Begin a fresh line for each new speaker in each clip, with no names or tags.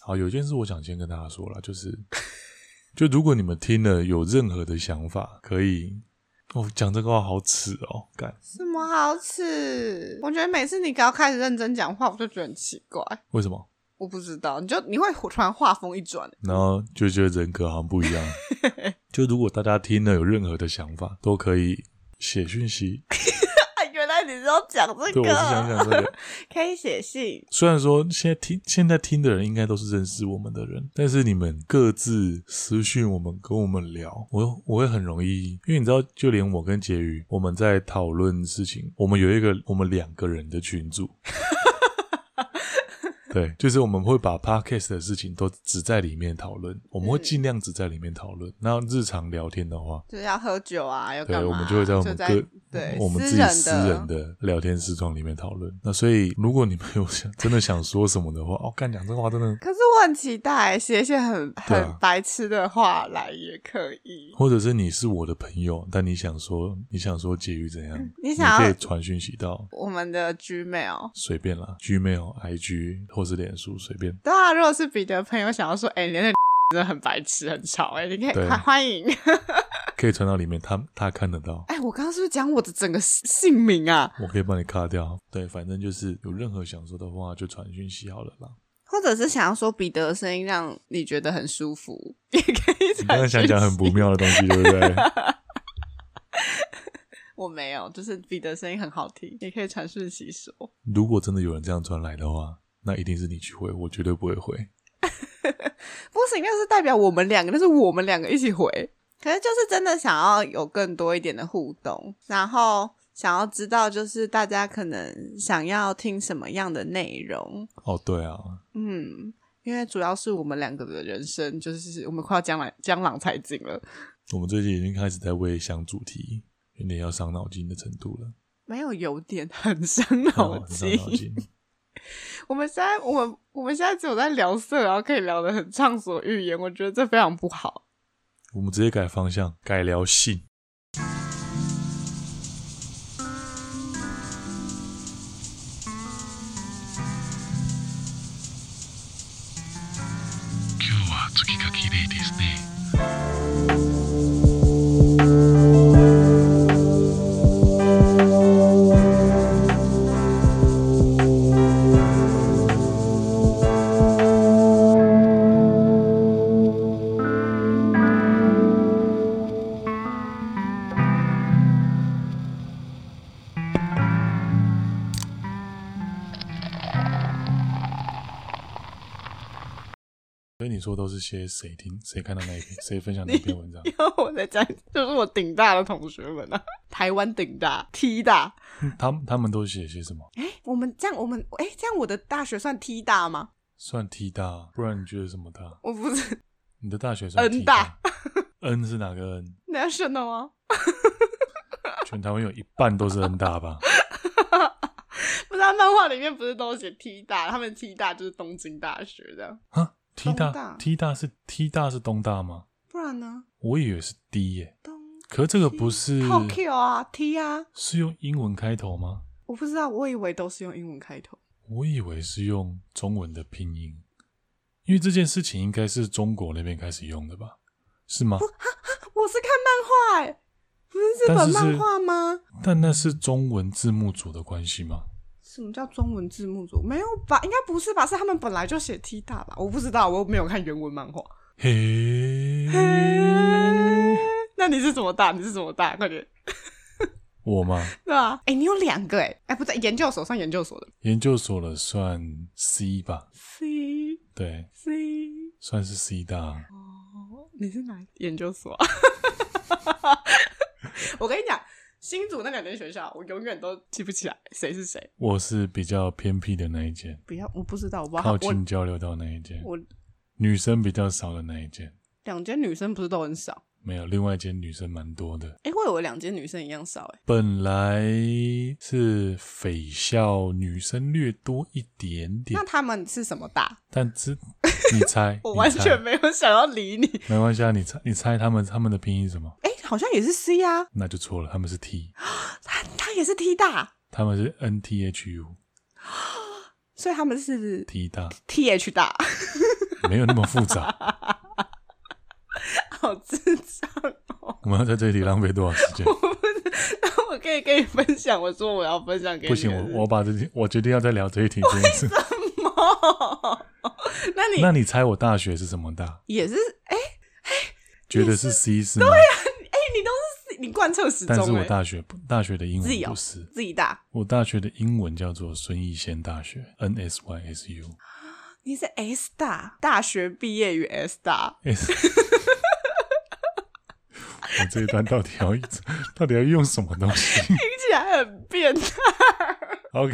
好，有一件事我想先跟大家说了，就是就如果你们听了有任何的想法，可以。哦，讲这个话好耻哦，干！
什么好吃？我觉得每次你刚开始认真讲话，我就觉得很奇怪。
为什么？
我不知道，你就你会突然话锋一转，
然后就觉得人格好像不一样。就如果大家听了有任何的想法，都可以写讯息。
啊原来你是要讲这
对，我是想
个，
讲这个。
可以写信。
虽然说现在听现在听的人应该都是认识我们的人，但是你们各自私讯我们，跟我们聊，我我会很容易，因为你知道，就连我跟婕妤，我们在讨论事情，我们有一个我们两个人的群组。对，就是我们会把 podcast 的事情都只在里面讨论，我们会尽量只在里面讨论。那日常聊天的话，
就是要喝酒啊，要干
对，
嘛？
我们就会在我们
在
各
对
我们自己私人的聊天视窗里面讨论。那所以，如果你们有想真的想说什么的话，哦，干讲这话真的，
可是我很期待写一些很
对啊
很白痴的话来也可以。
或者是你是我的朋友，但你想说你想说结语怎样，
嗯你想要
可以传讯息到
我们的 Gmail，
随便啦，Gmail、IG 或是脸书随便。
对啊，如果是彼得朋友想要说，哎、你那个真的很白痴，很吵、哎，你可
对
以欢欢迎。
可以传到里面，他他看得到，
哎、我刚刚是不是讲我的整个姓名啊？
我可以帮你卡掉。对，反正就是有任何想说的话就传讯息好了啦。
或者是想要说彼得的声音让你觉得很舒服，也可以。
你刚刚想讲很不，妙的东西，对不对？
我没有，就是彼得声音很好听，也可以传讯息说。
如果真的有人这样传来的话，那一定是你去回，我绝对不会回。
不行，那是代表我们两个，那是我们两个一起回。可是就是真的想要有更多一点的互动，然后想要知道就是大家可能想要听什么样的内容，
哦，对啊，
嗯，因为主要是我们两个的人生，就是我们快要江郎江郎才尽了。
我们最近已经开始在为想主题，有点要伤脑筋的程度了。
没有有点很伤脑
哦很伤
筋。
脑筋，
我们现在，我们我们现在只有在聊色，然后可以聊得很畅所欲言，我觉得这非常不好。
我们直接改方向，改聊性。所以你说都是些谁听谁看到那一篇，谁分享那篇文章？
因为我在讲，就是我顶大的同学们啊，台湾顶大、T 大。
他们他们都写些什么？
哎，我们这样，我们哎，这样我的大学算 T 大吗？
算 T 大，不然你觉得什么大？
我不是
你的大学算
N
T 大 ？N 是哪个 N？
national 吗？
全台湾有一半都是 N 大吧？
不是，他漫画里面不是都写 T 大，他们 T 大就是东京大学的，
啊，T
东大
大 T 大是 T 大是东大吗？
不然呢？
我以为是 D 耶、
东
可这个不是
Tokyo 啊，T 啊，
是用英文开头吗？
我不知道，我以为都是用英文开头。
我以为是用中文的拼音，因为这件事情应该是中国那边开始用的吧？是吗？
我是看漫画、欸，不是日
但
本
是是
漫画吗？
但那是中文字幕组的关系吗？
什么叫中文字幕组？没有吧？应该不是吧？是他们本来就写 T 大吧？我不知道，我又没有看原文漫画。
嘿，
嗯 那你是怎么大？你是怎么大？快点，
我吗？
对吧、啊？哎、你有两个哎、欸，哎、不对，研究所算研究所的
研究所了算 C 吧？
C
对，
C，
算是 C 大。
哦，你是哪研究所、啊？ 我跟你讲，新竹那两间学校，我永远都记不起来谁是谁。
我是比较偏僻的那一间，
不要，我不知道，我不知道
靠
我
近交流道那一间，
我
女生比较少的那一间，
两间女生不是都很少？
没有，另外一间女生蛮多的。
哎、我以为两间女生一样少哎、
本来是匪校女生略多一点点
那，他们是什么大？
但之你猜，
我
你
完
猜
全没有想要理你。
没关系啊，你猜你猜他们他们的拼音是什么？
哎、好像也是 C 啊，
那就错了，他们是 T，
他他也是 T 大，
他们是 N T H U
所以他们是
T 大，
T H 大。
没有那么复 杂。
好智障哦！
我们要在这里浪费多少时间？
那我可以跟你分享，我说我要分享给你。
不行，我我把这题，我决定要再聊这一题这件事。
我， 那 你
那你猜我大学是什么大？
也是哎、
觉得是 C 是吗？
哎、你都是你贯彻始终、哎
但是我大学不大学的英
自己
文
哦
不是，
自己大，
我大学的英文叫做孙逸仙大学 （NSYSU）。
你是 S 大，大学毕业于 S 大，
哎 我这一段到底要 到底要用什么东西
听起来很变态，
？OK，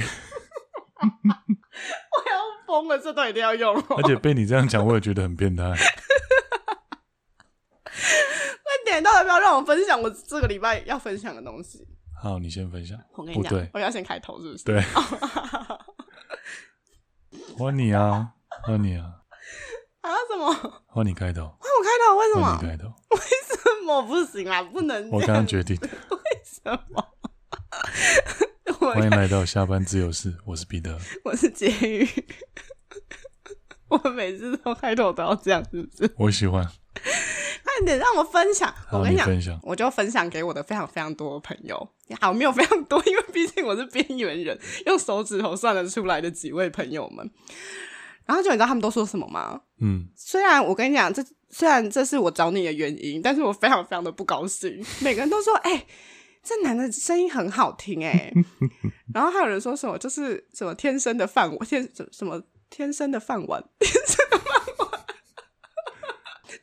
我要疯了，这段一定要用哦
而。且被你这样讲，我也觉得很变态。
快点，到底要不要让我分享我这个礼拜要分享的东西？
好，你先分享。
我跟你
不
讲
对，，
我要先开头是不是？
对，换你啊，换你啊，
啊，什么？换
换你开头，
我开头？为什
换你
么？
开头。
为什么不行啊？不能
我
这
刚刚
样？
决定，
什么？ 我
欢迎来到下班自由室，我是彼得。
我是婕妤， 我每次都开头都要这样，是不是？
我喜欢，
快点让我分享，我
好，
跟
你
你讲。
分享。
我就分享给我的非常非常多的朋友，好，没有非常多，因为毕竟我是边缘人，用手指头算得出来的几位朋友们。然后就你知道他们都说什么吗？
嗯，
虽然我跟你讲，这虽然这是我找你的原因，但是我非常非常的不高兴。每个人都说，哎、这男的声音很好听、哎。然后还有人说什么，就是什么天生的饭碗，天什什么天生的饭碗，天生的饭 碗。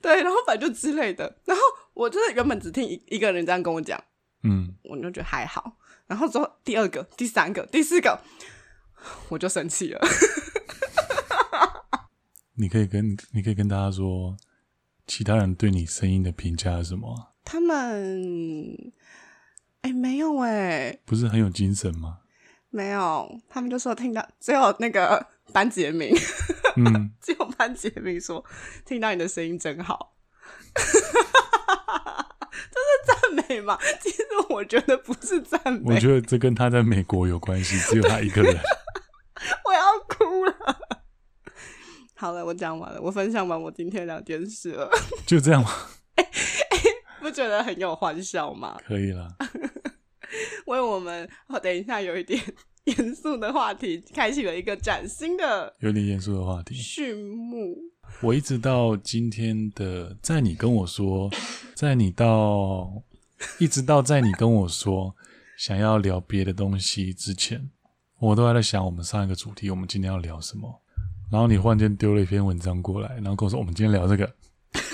对，然后反正就之类的。然后我就是原本只听一一个人这样跟我讲，
嗯，
我就觉得还好。然后之后第二个、第三个、第四个，我就生气了。
你可以跟你可以跟大家说，其他人对你声音的评价是什么啊？
他们，哎、没有哎、
不是很有精神吗？
没有，他们就说听到只有那个班杰明，
嗯，
只有班杰明说听到你的声音真好， 这是赞美嘛？其实我觉得不是赞美，
我觉得这跟他在美国有关系，只有他一个人。
我要哭了。好了，我讲完了，我分享完我今天两件事了，
就这样吗？
不觉得很有欢笑吗？
可以啦。
为我们哦，等一下有一点 严肃的话题，开启了一个崭新的
有点严肃的话题。
序幕。
我一直到今天的，在你跟我说， 在你到，一直到在你跟我说 想要聊别的东西之前，我都还在想我们上一个主题，我们今天要聊什么。然后你忽然间丢了一篇文章过来，然后跟我说我们今天聊这个。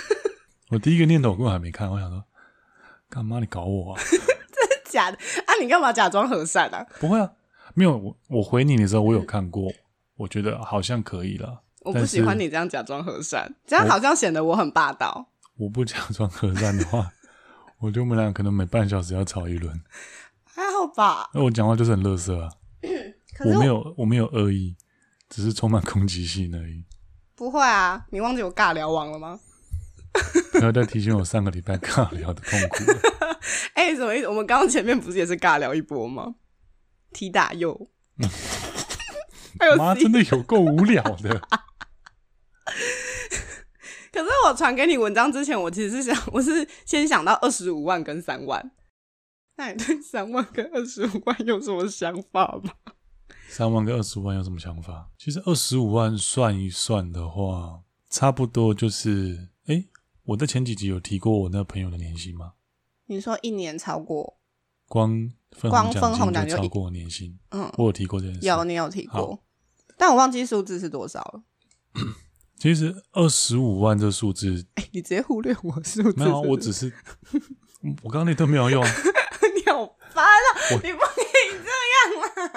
我第一个念头我根本还没看，我想说，干嘛你搞我啊？
假的啊！你干嘛假装和善啊？
不会啊，没有我我回你的时候我有看过，我觉得好像可以了。但
我不
是
喜欢你这样假装和善，这样好像显得我很霸道。
我不假装和善的话，我觉得我们俩可能每半小时要吵一轮。
还好吧？
哎那我讲话就是很乐色啊，
可
我
是
没有我没有恶意，只是充满攻击性而已。
不会啊！你忘记我尬聊王了吗？
不要再提醒我上个礼拜尬聊的痛苦 了。
哎、什么意思？我们刚刚前面不是也是尬聊一波吗？踢打右， 还有
妈，
C
真。的有够无聊的。
可是我传给你文章之前，我其实是想， 我是先想到二十五万跟三万。那你对三万跟二十五万有什么想法吗？
三万跟二十五万有什么想法？其实二十五万算一算的话，差不多就是……诶，我在前几集有提过我那朋友的年薪吗？
你说一年超过，
光分
光
红
分红
奖
奖
金
就
就
一
超过我年薪，
嗯，
我有提过这件事。
有你有提过
好，
但我忘记数字是多少了。
其实二十五万这数字
哎、你直接忽略我数字
没有啊，
是不
我
是
只是我刚刚那都没有用。 啊
你好烦啊！
我
你不可以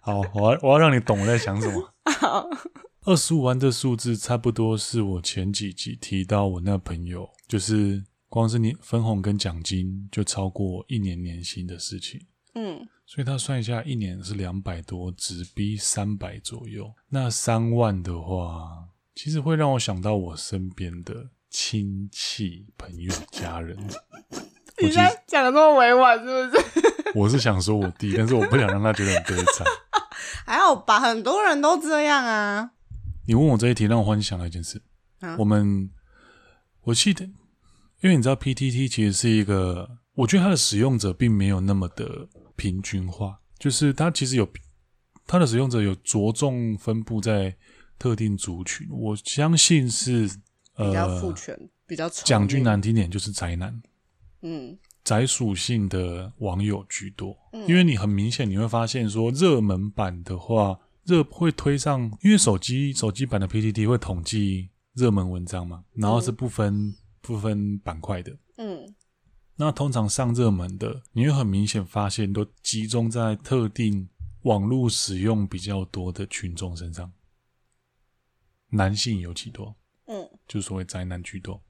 好，我要我要让你懂我在想什么。
这样。
二十五万这数字差不多是我前几集提到我那朋友，就是光是年分红跟奖金就超过一年年薪的事情。
嗯，
所以他算一下，一年是两百多，直逼三百左右。那三万的话，其实会让我想到我身边的亲戚、朋友、家人。我
你
其
现
实
在讲的那么委婉，是不 是？
我是想说我弟，但是我不想让他觉得很悲惨。
还好吧，很多人都这样啊。
你问我这一题，让我忽然想到一件事。
啊
我们我记得，因为你知道 PTT 其实是一个，我觉得它的使用者并没有那么的平均化，就是它其实有它的使用者有着重分布在特定族群。我相信是
比较
呃
父，权，比较宠
讲句
溺，
难听点就是宅男。
嗯
宅属性的网友居多，因为你很明显你会发现说，热门版的话，热会推上，因为手机手机版的 PPT 会统计热门文章嘛，然后是不分、不分板块的。
嗯
那通常上热门的，你会很明显发现都集中在特定网络使用比较多的群众身上，男性尤其多。
嗯
就是所谓宅男居多。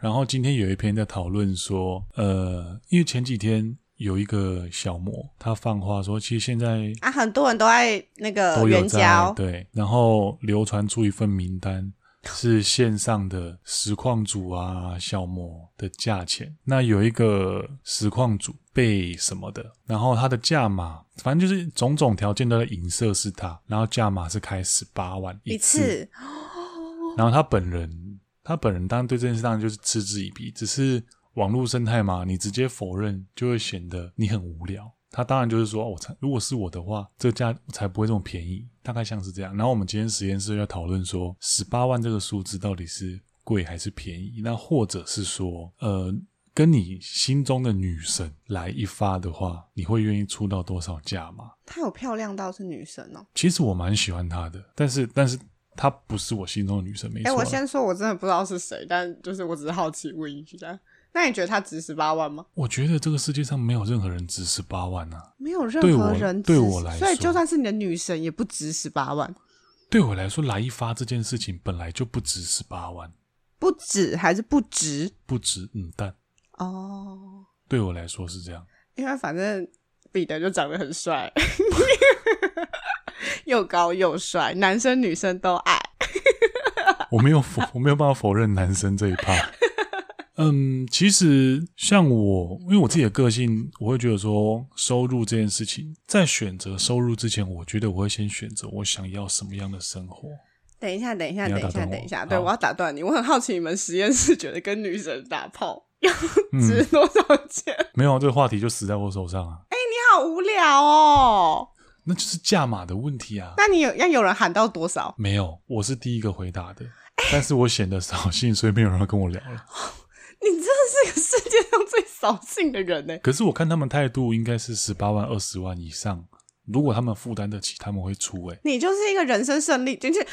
然后今天有一篇在讨论说，呃，因为前几天有一个小模，他放话说，其实现在
啊，很多人都爱那个
都有
呃援
在
交，
对，然后流传出一份名单，是线上的实况组啊、小模的价钱。那有一个实况组被什么的，然后它的价码，反正就是种种条件都在影射是他，然后价码是开十八万
一
次
次
然后他本人，他本人当然对这件事当然就是嗤之以鼻，只是网络生态嘛，你直接否认就会显得你很无聊。他当然就是说，哦我才如果是我的话，这价才不会这么便宜，大概像是这样。然后我们今天实验室要讨论说，十八万这个数字到底是贵还是便宜？那或者是说，呃，跟你心中的女神来一发的话，你会愿意出到多少价吗？
她有漂亮到是女神哦。
其实我蛮喜欢她的，但是但是她不是我心中的女神，没错
哎、
啦。啊
我先说，我真的不知道是谁，但就是我只是好奇问一下。那你觉得他值十八万吗？
我觉得这个世界上没有任何人值十八万啊！
没有任
对
何
我
人
对
值
我来
所以
说
就算是你的女神也不值十八万，
对我来说，来一发这件事情本来就不值十八万，
不止还是不值
不值嗯蛋。
哦，
对我来说是这样，
因为反正彼得就长得很 帅，又高又帅，男生女生都爱。
我没有否，我没有办法否认男生这一趴。嗯，其实像我，因为我自己的个性，我会觉得说，收入这件事情，在选择收入之前，我觉得我会先选择我想要什么样的生活。
等一下，等一下，
你要
等
打
一下，
断我
等一下，
好
对我要打断你，我很好奇你们实验室觉得跟女神打炮要
嗯
值多少钱？
没有啊，这个话题就死在我手上啊，
你好无聊哦。
那就是价码的问题啊。
那你有要有人喊到多少？
没有，我是第一个回答的，但是我显得扫兴，所以没有人要跟我聊了。
你真的是个世界上最扫兴的人呢、
可是我看他们态度应该是十八万、二十万以上，如果他们负担得起，他们会出、欸。
你就是一个人生胜利，进去，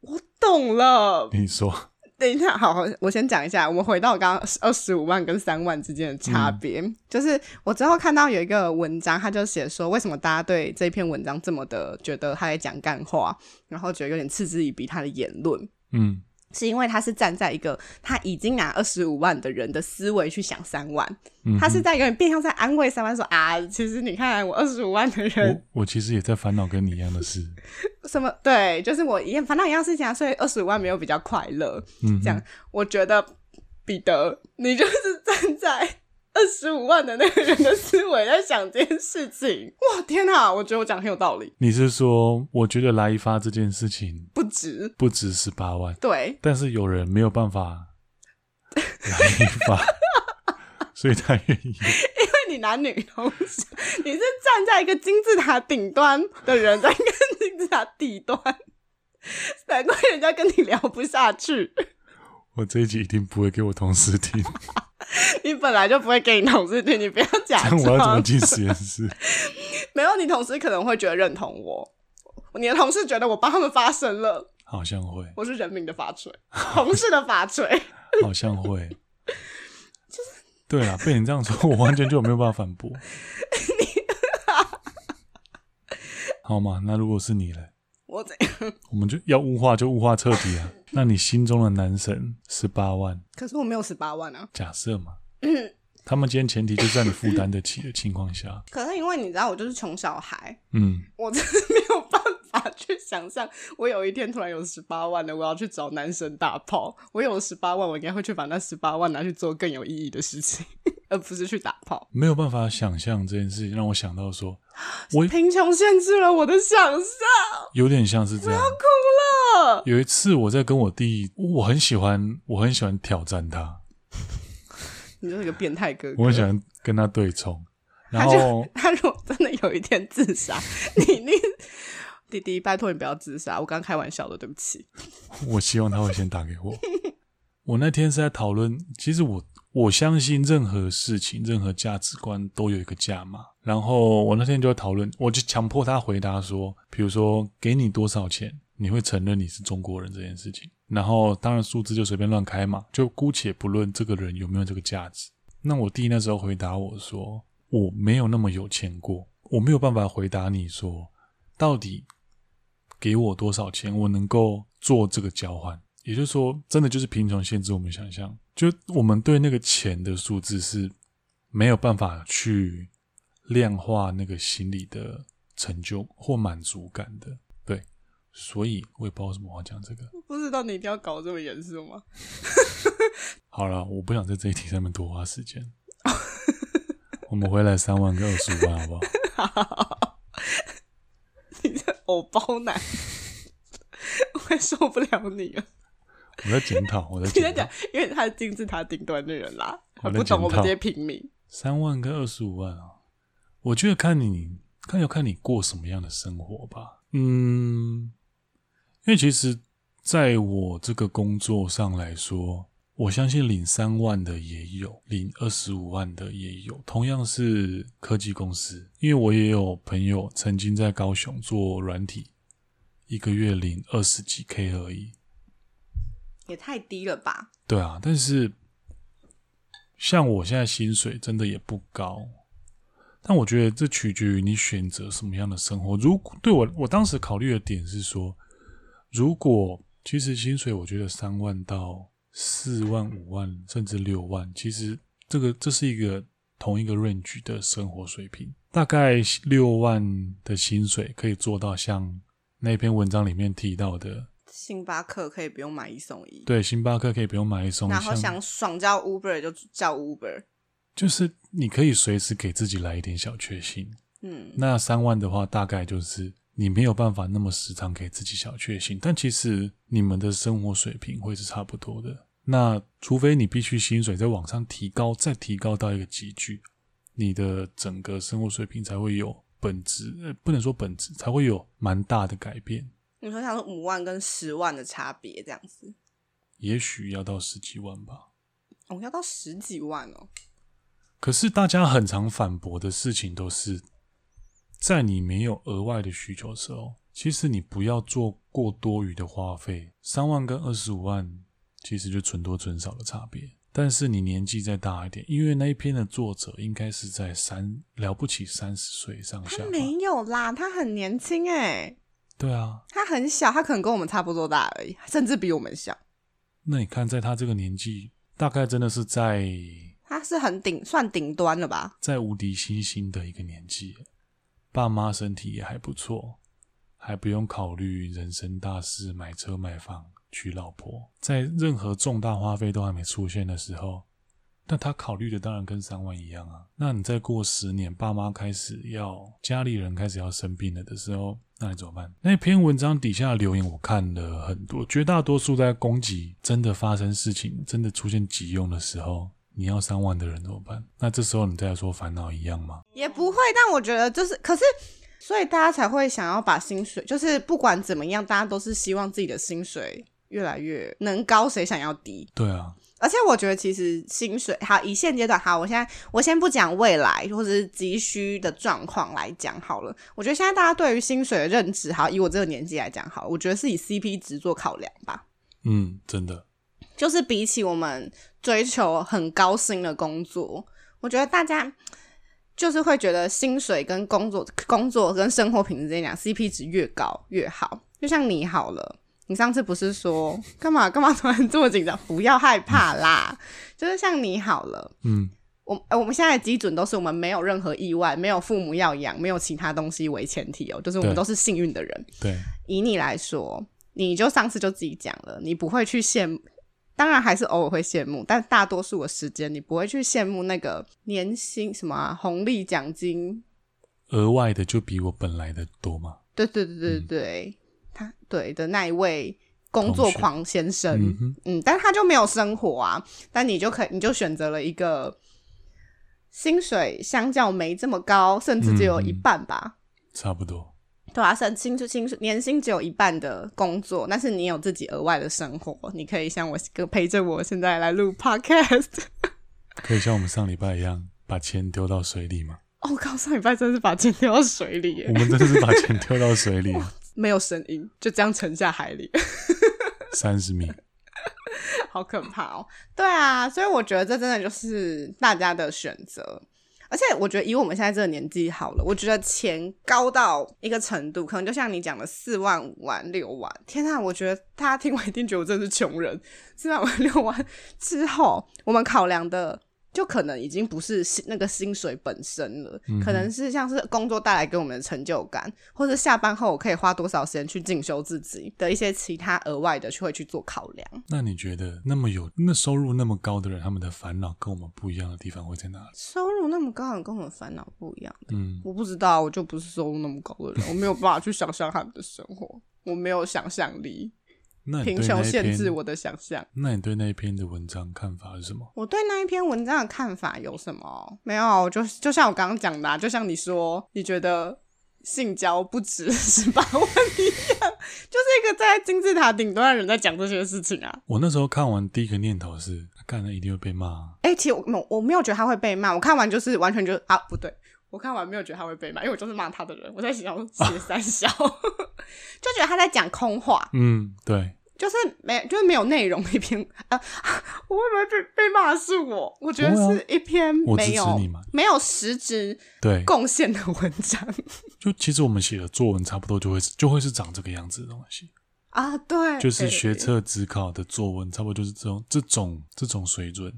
我懂了。
你说，
等一下，好，我先讲一下，我们回到刚刚二十五万跟三万之间的差别，就是我之后看到有一个文章，他就写说为什么大家对这篇文章这么的觉得他在讲干话，然后觉得有点嗤之以鼻他的言论。
嗯，
是因为他是站在一个他已经拿二十五万的人的思维去想三万，
嗯
他是在有点变相在安慰三万说啊，其实你看我二十五万的人
我我其实也在烦恼跟你一样的事。
什么对，就是我一样烦恼一样事情啊，所以二十五万没有比较快乐。
嗯，
这样，我觉得彼得，你就是站在 二十五万的那个人的思维在想这件事情。哇，天哪，我觉得我讲得很有道理，
你是说，我觉得来一发这件事情
不值。
不值十八万，
对，
但是有人没有办法来一发，所以他愿意。
因为你男女同享，你是站在一个金字塔顶端的人在跟金字塔底端，难怪人家跟你聊不下去。
我这一集一定不会给我同事听，
你本来就不会给你同事听，你不要假
但我要怎么
装。
进实验室？
没有，你同事可能会觉得认同我，你的同事觉得我帮他们发声了。
好像会，
我是人民的法锤， 同事的法锤。
好像会。就是对啦，被你这样说，我完全就没有办法反 驳。好嘛，那如果是你嘞，
我怎样？
我们就要物化就物化彻底啊。那你心中的男神十八万，
可是我没有十八万啊。
假设嘛，
嗯
他们今天前提就是在你负担得起的情况 下，
可是因为你知道，我就是穷小孩，
嗯，
我真的没有办法去想象，我有一天突然有十八万了，我要去找男神打炮。我有十八万，我应该会去把那十八万拿去做更有意义的事情，而不是去打炮。
没有办法想象这件事情，让我想到说，我
贫穷限制了我的想象，
有点像是这样，
哭的，
有一次我在跟我弟，我很喜欢，我很喜欢挑战他，
你就是个变态哥哥。
我很喜欢跟他对冲。然
他就
后
他如果真的有一天自杀，你你弟弟，拜托你不要自杀，我刚开玩笑的，对不起。
我希望他会先打给我。 我那天是在讨论，其实我我相信任何事情、任何价值观都有一个价码。然后我那天就在讨论，我就强迫他回答说，比如说给你多少钱，你会承认你是中国人这件事情。然后当然数字就随便乱开嘛，就姑且不论这个人有没有这个价值。那我弟那时候回答我说，我没有那么有钱过，我没有办法回答你说到底给我多少钱，我能够做这个交换。也就是说，真的就是贫穷限制我们想象，就我们对那个钱的数字是没有办法去量化那个心理的成就或满足感的。对，所以我也不知道为什么我要讲这个。
不知道你一定要搞这么严肃吗？
好了，我不想在这一题上面多花时间。 我们回来三万跟二十五万好不好？
你这偶包男，我快受不了你了。
我在检讨，我在
你在
检讨
讲。，因为他是金字塔顶端的人啦，他
我在
不懂
检
我们这
讨
些平民。
三万跟二十五万啊，我觉得看你看要看你过什么样的生活吧。嗯，因为其实在我这个工作上来说，我相信领三万的也有，领二十五万的也有，同样是科技公司，因为我也有朋友曾经在高雄做软体，一个月领二十几 K 而已。
也太低了吧？
对啊，但是像我现在薪水真的也不高，但我觉得这取决于你选择什么样的生活。如果对我，我当时考虑的点是说，如果其实薪水我觉得三万到四万、五万甚至六万，其实这个这是一个同一个 range 的生活水平，大概六万的薪水可以做到像那篇文章里面提到的，
星巴克可以不用买一送一，
对，星巴克可以不用买一送一，
然后
像
想爽叫 Uber 就叫 Uber。
就是你可以随时给自己来一点小确幸。
嗯，
那三万的话，大概就是你没有办法那么时常给自己小确幸，但其实你们的生活水平会是差不多的。那除非你必须薪水再往上提高，再提高到一个极具，你的整个生活水平才会有本质，呃，不能说本质，才会有蛮大的改变。
你说像是五万跟十万的差别这样子，
也许要到十几万吧。
我、哦们要到十几万哦。
可是大家很常反驳的事情都是，在你没有额外的需求的时候，其实你不要做过多余的花费。三万跟二十五万其实就存多存少的差别。但是你年纪再大一点，因为那一篇的作者应该是在三了不起三十岁上下
他
吧？
没有啦，他很年轻哎、
对啊，
他很小，他可能跟我们差不多大而已，甚至比我们小。
那你看，在他这个年纪，大概真的是在
他是很顶，算顶端了吧？
在无敌星星的一个年纪，爸妈身体也还不错，还不用考虑人生大事、买车、买房、娶老婆，在任何重大花费都还没出现的时候，那他考虑的当然跟三万一样啊。那你再过十年，爸妈开始要家里人开始要生病了的时候，那你怎么办？那篇文章底下的留言我看了很多，绝大多数在攻击真的发生事情、真的出现急用的时候，你要三万的人怎么办？那这时候你再来说烦恼一样吗？
也不会，但我觉得就是，可是，所以大家才会想要把薪水，就是不管怎么样，大家都是希望自己的薪水越来越能高，谁想要低？
对啊，
而且我觉得其实薪水，好，以现阶段，好，我现在我先不讲未来或者是急需的状况来讲好了。我觉得现在大家对于薪水的认知，好，以我这个年纪来讲，好了，我觉得是以 CP 值做考量吧。
嗯，真的，
就是比起我们追求很高薪的工作，我觉得大家就是会觉得薪水跟工作、工作跟生活品质之间讲 CP 值越高越好。就像你好了，你上次不是说干嘛干嘛突然这么紧张？不要害怕啦，就是像你好了。
嗯，
我呃我们现在的基准都是我们没有任何意外，没有父母要养，没有其他东西为前提哦，就是我们
对
都是幸运的人。
对，
以你来说，你就上次就自己讲了，你不会去羡慕，当然还是偶尔会羡慕，但大多数的时间你不会去羡慕那个年薪什么、啊、红利奖金，
额外的就比我本来的多嘛。
对对对对对，他对的那一位工作
嗯同学
狂先生，
嗯哼，
嗯，但他就没有生活啊，但你就可你就选择了一个薪水相较没这么高，甚至只有一
嗯嗯
半吧，
差不多。
对啊，甚薪就薪水年薪只有一半的工作，但是你有自己额外的生活，你可以像我跟陪着我现在来录 podcast。
可以像我们上礼拜一样，把钱丢到水里吗？
哦，靠，上礼拜真是把钱丢到水里
我
耶，
们真的是把钱丢到水里，
没有声音，就这样沉下海里。
三十米。
好可怕哦！对啊，所以我觉得这真的就是大家的选择。而且我觉得以我们现在这个年纪好了，我觉得钱高到一个程度，可能就像你讲的四万、五万、六万，天啊！我觉得大家听完一定觉得我真的是穷人。四万、五万、六万之后，我们考量的就可能已经不是薪那个薪水本身了，可能是像是工作带来给我们的成就感，或者下班后我可以花多少时间去进修自己的一些其他额外的去会去做考量。
那你觉得那么有那收入那么高的人，他们的烦恼跟我们不一样的地方会在哪里？
收入那么高，跟我们烦恼不一样。
嗯，
我不知道，我就不是收入那么高的人，我没有办法去想象他们的生活，我没有想象力，
那你
贫
对那
穷
一
限
篇
制我的想象。
那你对那一篇的文章看法是什么？
我对那一篇文章的看法有什么？没有，我就就像我刚刚讲的、啊，就像你说，你觉得性交不 止十八万一样，啊就是一个在金字塔顶端的人在讲这些事情啊。
我那时候看完第一个念头是，看了一定会被骂啊。
哎、其实我没有我没有觉得他会被骂，我看完就是完全就啊不对，我看完没有觉得他会被骂，因为我就是骂他的人，我在想要写
哦
三小， 就觉得他在讲空话，
嗯，对，
就是没就是没有内容的一篇啊，我会不会被被骂的是我？我觉得
不会啊
是一篇
我支
没有
持你嘛。
没有实质
对，
贡献的文章
就其实我们写的作文差不多就会是就会是长这个样子的东西，
啊，对，
就是学测只考的作文，差不多就是这种这种这种水准。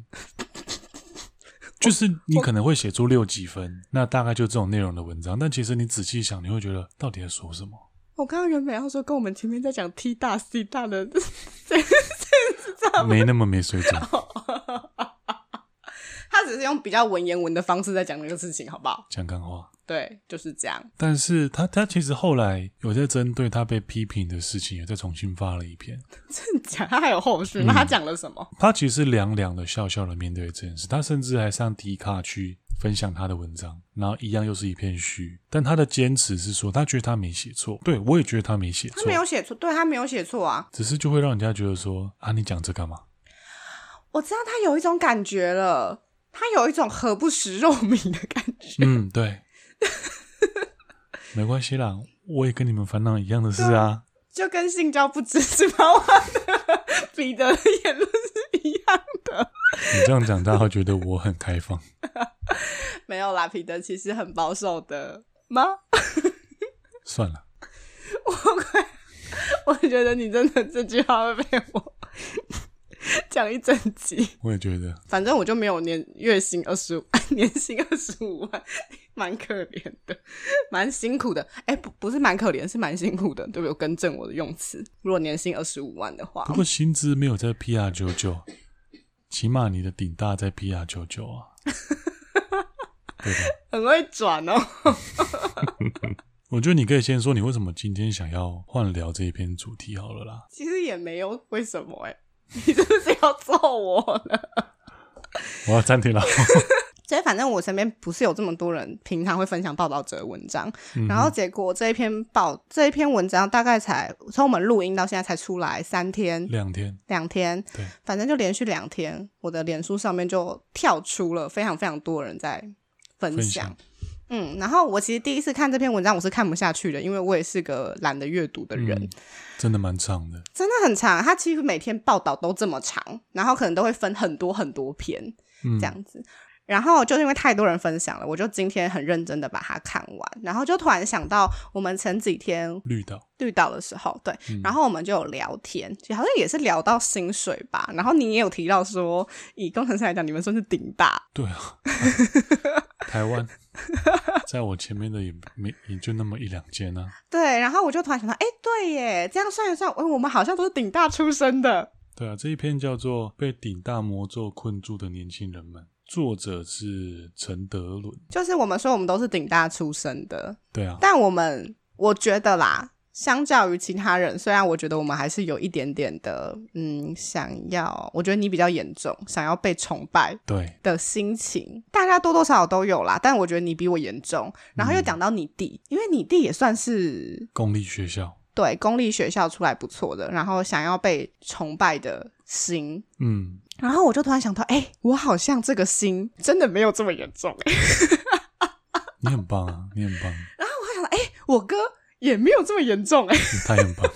就是你可能会写出六几分，那大概就这种内容的文章，但其实你仔细想，你会觉得到底在说什么？
我刚刚原本要说跟我们前面在讲 T 大 C 大的
没那么没水准。
他只是用比较文言文的方式在讲那个事情，好不好？
讲干话。
对，就是这样。
但是他他其实后来有在针对他被批评的事情，有再重新发了一篇。
讲他还有后续，
嗯
那他讲了什么？
他其实凉凉的、笑笑的面对这件事，他甚至还上迪卡去分享他的文章，然后一样又是一片虚。但他的坚持是说，他觉得他没写错，对我也觉得他没写
他
错
没，有写错，对他没有写错啊！
只是就会让人家觉得说啊，你讲这干嘛？
我知道他有一种感觉了，他有一种何不食肉糜的感觉。
嗯，对，没关系啦，我也跟你们烦恼一样的事啊。
就跟性交不止十八万的彼得的言论是一样。
你这样讲，大家会觉得我很开放。
没有啦，彼得其实很保守的吗？
算了，
我觉得你真的这句话会被我 讲一整集。
我也觉得
反正我就没有年月薪二十五， 年薪二十五万，蛮可怜的，蛮辛苦的。哎、不不是蛮可怜，是蛮辛苦的，对不对？我更正我的用词，如果年薪二十五万的话
不，过薪资没有在 PR 九九，起码你的顶大在 PR 九九啊，对吧？
很会转哦。
我觉得你可以先说你为什么今天想要换聊这一篇主题好了啦。
其实也没有为什么哎、你是不是要揍我了？
我要暂停了。
所以反正我身边不是有这么多人平常会分享报道者的文章，
嗯
然后结果这一篇报这一篇文章大概才从我们录音到现在才出来三天，
两天，
两天
对，
反正就连续两天，我的脸书上面就跳出了非常非常多人在分
分
享
享。
嗯，然后我其实第一次看这篇文章，我是看不下去的，因为我也是个懒得阅读的人，
嗯真的蛮长的。
真的很长。它几乎每天报道都这么长，然后可能都会分很多很多篇
嗯
这，样子。然后就是因为太多人分享了，我就今天很认真的把它看完，然后就突然想到我们前几天
绿岛
绿岛的时候，对，然后我们就有聊天，就好像也是聊到薪水吧。然后你也有提到说，以工程师来讲，你们算是顶大，
对啊， 台湾在我前面的也没也就那么一两间啊。
对。然后我就突然想到，哎，对耶，这样算一算，哎，我们好像都是顶大出身的。
对啊，这一篇叫做《被顶大魔咒困住的年轻人们》，作者是陈德伦。
就是我们说我们都是顶大出身的，
对啊，
但我们我觉得啦，相较于其他人，虽然我觉得我们还是有一点点的，嗯，想要，我觉得你比较严重，想要被崇拜
对，
的心情，大家多多少少都有啦。但我觉得你比我严重。然后又讲到你弟，因为你弟也算是
公立学校，
对公立学校出来不错的，然后想要被崇拜的心。
嗯，
然后我就突然想到，哎、我好像这个心真的没有这么严重、哎，
你很棒啊，你很棒，
我哥也没有这么严重、哎。
你太很棒，
就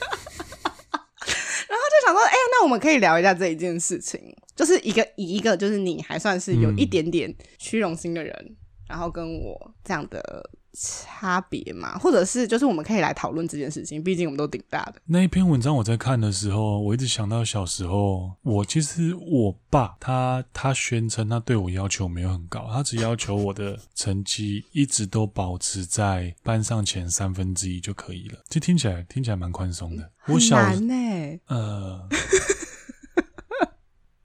想说，哎、那我们可以聊一下这一件事情，就是一个以一个就是你还算是有
嗯
一点点虚荣心的人，然后跟我这样的差别嘛，或者是就是我们可以来讨论这件事情，毕竟我们都顶大的。
那一篇文章我在看的时候，我一直想到小时候，我其实我爸他他宣称他对我要求没有很高，他只要求我的成绩一直都保持在班上前三分之一就可以了。这听起来听起来蛮宽松的。我小
很难呢、
呃，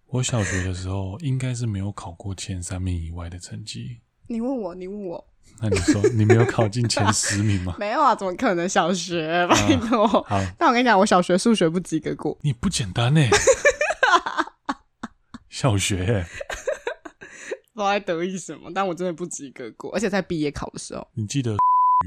我小学的时候应该是没有考过前三名以外的成绩。
你问我，你问我，？
那你说你没有考进前十名吗
没有啊？怎么可能？小学 拜托。
好，
但我跟你讲，我小学数学不及格过，
你不简单呢、小学欸、
不知道在得意什么，但我真的不及格过，而且在毕业考的时候。
你记得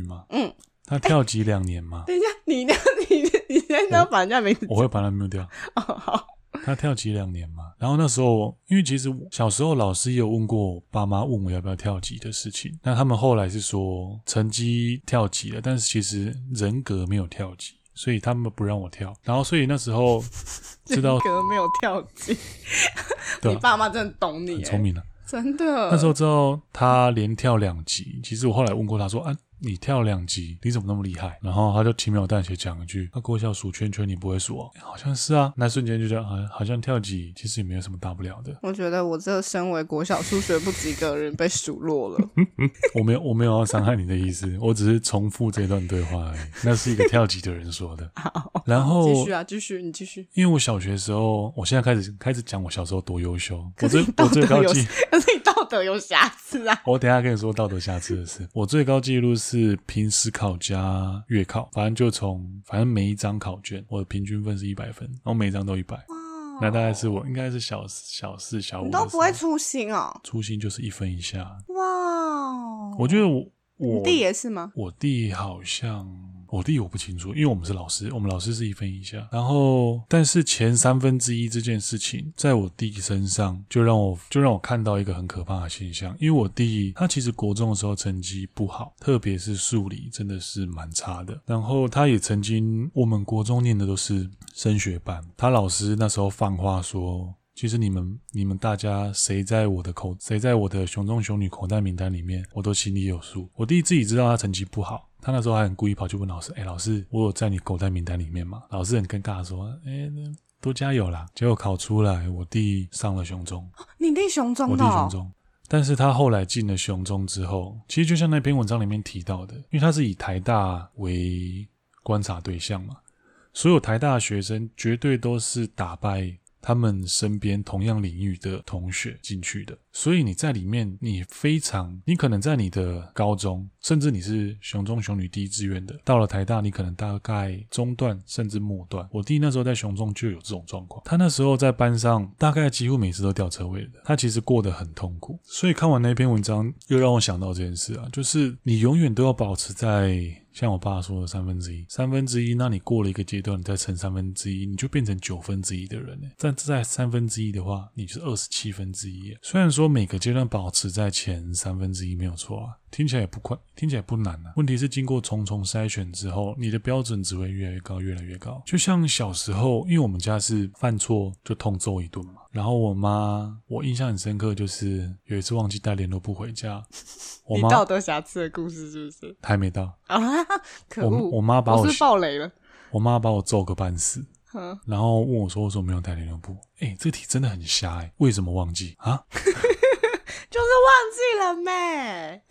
鱼吗？
嗯，
他跳级两年嘛，
等一下，你那、你、你现在要把人家名字
我会把他 mute 掉。
哦，好
他跳级两年嘛，然后那时候，因为其实小时候老师也有问过我爸妈，问我要不要跳级的事情。那他们后来是说成绩跳级了，但是其实人格没有跳级，所以他们不让我跳。然后所以那时候知道
格没有跳级。
对
你
啊、
爸妈真的懂你
很
耶，
聪明了、
真的。
那时候知道他连跳两级，其实我后来问过他说啊。你跳两级，你怎么那么厉害？然后他就轻描淡写讲一句：“那、啊郭晓数圈圈，你不会数哦、哎好像是啊。那瞬间就觉得好像好像跳级其实也没有什么大不了的。
我觉得我这身为国小数学不及格的人被数落 了。
我没有，我没有要伤害你的意思， 我只是重复这段对话而已。那是一个跳级的人说 的。然后，
继续啊，继续，你继续。
因为我小学的时候，我现在开始开始讲我小时候多优秀。我
可是
最
你道
我最
德
高
有，
纪，
可是你道德有瑕疵啊。
我等一下跟你说道德瑕疵的事。我最高纪录是平时考加月考，反正就从反正每一张考卷，我的平均分是一百分，然后每一张都一百。那大概是我应该是小小四小五
哦你
的时候，
都不会粗心哦，
粗心就是一分以下。
哇！
我觉得我
你
我
弟也是吗？
我弟好像，我弟我不清楚，因为我们是老师，我们老师是一分以下。然后，但是前三分之一这件事情，在我弟身上就让我就让我看到一个很可怕的现象，因为我弟他其实国中的时候成绩不好，特别是数理真的是蛮差的。然后他也曾经，我们国中念的都是升学班，他老师那时候放话说。其实你们、你们大家谁在我的口、谁在我的熊中熊女口袋名单里面，我都心里有数。我弟自己知道他成绩不好，他那时候还很故意跑去问老师：“哎，老师，我有在你口袋名单里面吗？”老师很尴尬地说：“哎，那多加油啦！”结果考出来，我弟上了熊中，
你弟熊中
我
的、
弟
哦
熊，中。但是他后来进了熊中之后，其实就像那篇文章里面提到的，因为他是以台大为观察对象嘛，所有台大的学生绝对都是打败他们身边同样领域的同学进去的。所以你在里面，你非常，你可能在你的高中，甚至你是雄中雄女第一志愿的，到了台大，你可能大概中段甚至末段。我弟那时候在雄中就有这种状况，他那时候在班上大概几乎每次都掉车位的，他其实过得很痛苦。所以看完那篇文章，又让我想到这件事啊，就是你永远都要保持在像我爸说的三分之一，三分之一，那你过了一个阶段，你再乘三分之一，你就变成九分之一的人了。但在三分之一的话，你就是二十七分之一耶。虽然说每个阶段保持在前三分之一没有错啊，听起来也不快，听起来也不难啊。问题是经过重重筛选之后，你的标准只会越来越高，越来越高。就像小时候，因为我们家是犯错就痛揍一顿嘛。然后我妈，我印象很深刻，就是有一次忘记带联络簿回家，我
你
妈
道德瑕疵的故事是不是？
还没到，
啊，可
我
恶！
我妈把我
是不是爆雷了。
我妈把我揍个半死，
哼，
然后问我说：“我说没有带联络簿。”哎，这题真的很瞎哎、为什么忘记啊？
就是忘记了咩？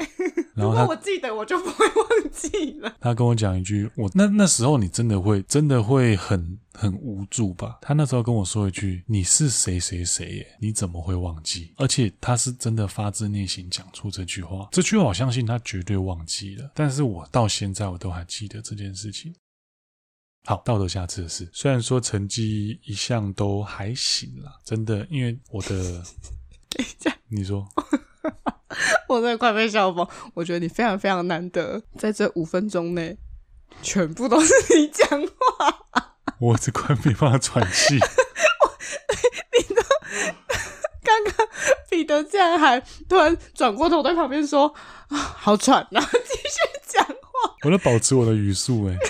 然后
如果
她
我记得，我就不会忘记了。
她跟我讲一句，我那那时候你真的会真的会很很无助吧？她那时候跟我说一句：“你是谁谁谁耶、你怎么会忘记？”而且她是真的发自内心讲出这句话，这句话我相信她绝对忘记了，但是我到现在我都还记得这件事情。好，道德瑕疵的事，虽然说成绩一向都还行啦，真的，因为我的，你说，
我真的快被笑疯。我觉得你非常非常难得，在这五分钟内，全部都是你讲话。
我这快没办法喘气。
刚刚彼得竟然还突然转过头对旁边说：“啊， 好喘。”然后继续讲话，
我在保持我的语速、欸，哎，
好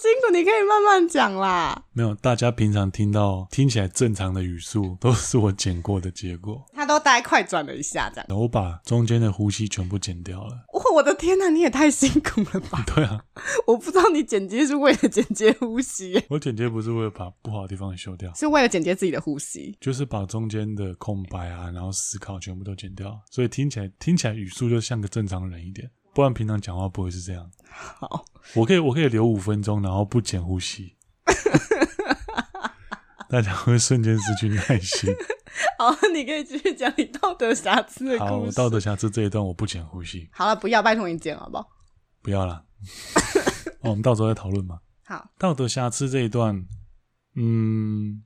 辛苦，你可以慢慢讲啦。
没有，大家平常听到听起来正常的语速，都是我剪过的结果。
他都大概快转了一下，这样。
然后我把中间的呼吸全部剪掉了。
哇，我的天哪，你也太辛苦了吧！
对啊，
我不知道你剪接是为了剪接呼吸，
我剪接不是为了把不好的地方修掉，
是为了剪接自己的呼吸。
就是把中间的空白啊，然后思考全部都剪掉，所以听起来听起来语速就像个正常人一点，不然平常讲话不会是这样。
好，
我可以我可以留五分钟，然后不剪呼吸，大家会瞬间失去耐心。
好，你可以继续讲你道德瑕疵的
好，
故
我
事。
道德瑕疵这一段我不剪呼吸，
好了，不要，拜托你剪好不好？
不要啦。 哦，我们到时候再讨论嘛。
好，
道德瑕疵这一段，嗯，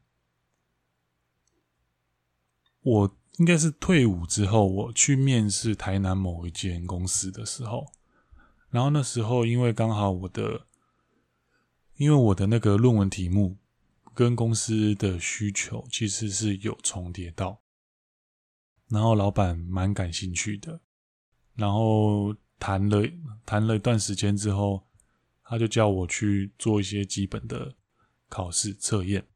我应该是退伍之后，我去面试台南某一间公司的时候，然后那时候因为刚好我的，因为我的那个论文题目跟公司的需求其实是有重叠到，然后老板蛮感兴趣的，然后谈了谈了一段时间之后，他就叫我去做一些基本的考试测验，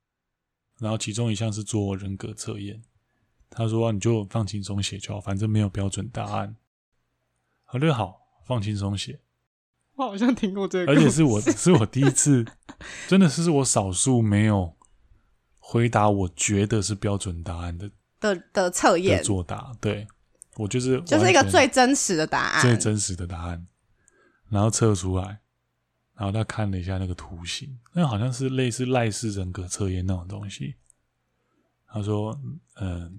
然后其中一项是做人格测验。他说、啊你就放轻松写就好，反正没有标准答案。我就好，放轻松写。
我好像听过这个
而
故事，
且是我 是我第一次，真的是我少数没有回答我觉得是标准答案的
的的测
的
验，
作答。对我就是
就是一个
完全
最真实的答案。
最真实的答案，然后测出来，然后他看了一下那个图形，那好像是类似赖氏人格测验那种东西。他说：“嗯、呃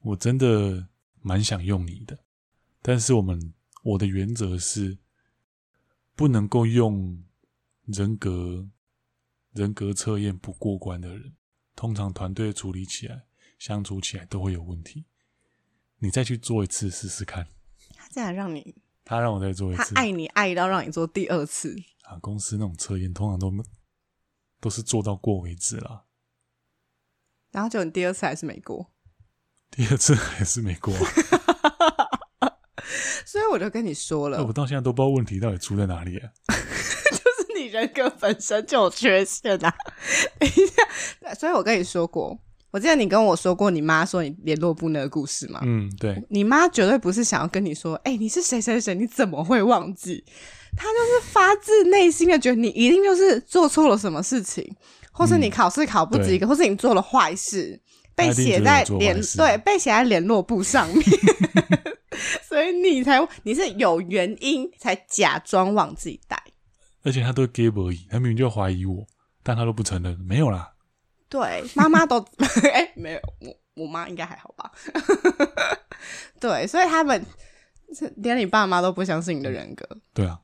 我真的蛮想用你的，但是我们我的原则是不能够用人格人格测验不过关的人，通常团队处理起来、相处起来都会有问题。你再去做一次试试看。”
他竟然让你，
他让我再做一
他
次
爱你爱到让你做第二次，
啊。公司那种测验通常都都是做到过为止啦，
然后结果你第二次还是没过。
第二次还是没 过啊。
所以我就跟你说了
那，我到现在都不知道问题到底出在哪里、啊。
就是你人格本身就有缺陷啊。 等一下，对所以我跟你说过，我记得你跟我说过你妈说你联络部那个故事嘛。
嗯，对，
你妈绝对不是想要跟你说，哎、你是谁谁谁，你怎么会忘记？她就是发自内心的觉得你一定就是做错了什么事情，或是你考试考不及格，或是你做了坏事，被写在
嗯她一定觉得你做
联
坏事
对被写在联络簿上 面，所以你才你是有原因才假装忘记带。
而且他都 gay 而已，他明明就怀疑我，但他都不承认，没有啦。
对，妈妈都 哎、没有，我我妈应该还好吧？ 对，所以他们是连你爸妈都不相信你的人格。
对 啊，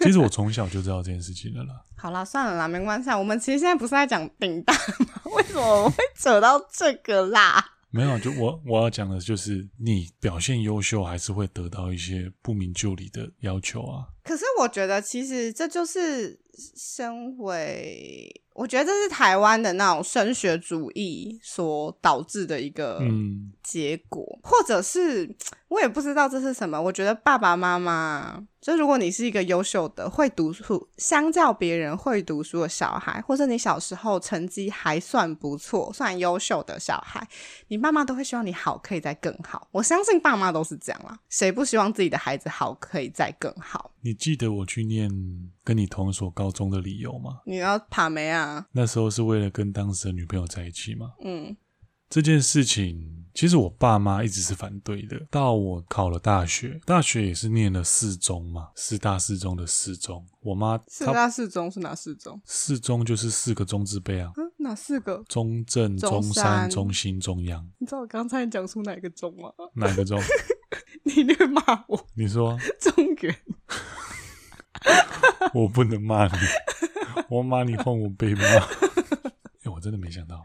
其实我从小就知道这件事情了啦。
好啦，算了啦，没关系啊。我们其实现在不是在讲饼大吗？ 为什么我会扯到这个啦？
没有，啊就我我要讲的就是，你表现优秀还是会得到一些不明就里的要求啊。
可是我觉得，其实这就是身为，我觉得这是台湾的那种升学主义所导致的一个
嗯，
结果，或者是我也不知道这是什么。我觉得爸爸妈妈，就如果你是一个优秀的、会读书，相较别人会读书的小孩，或者你小时候成绩还算不错、算优秀的小孩，你爸妈都会希望你好，可以再更好。我相信爸妈都是这样啦，谁不希望自己的孩子好，可以再更好？
你记得我去念跟你同一所高中的理由吗？
你要爬梅啊？
那时候是为了跟当时的女朋友在一起嘛。
嗯，
这件事情其实我爸妈一直是反对的，到我考了大学，大学也是念了四中嘛，四大四中的四中。我妈
四
她
大四中是哪四中？
四中就是四个中字辈啊，
嗯，哪四个？
中正、
中
中
山
山、中心、中央，
你知道我刚才讲出哪个中吗？
哪个中？
你略骂我
你说
中原。
我不能骂你，我妈你换我背 吗？哎、我真的没想到。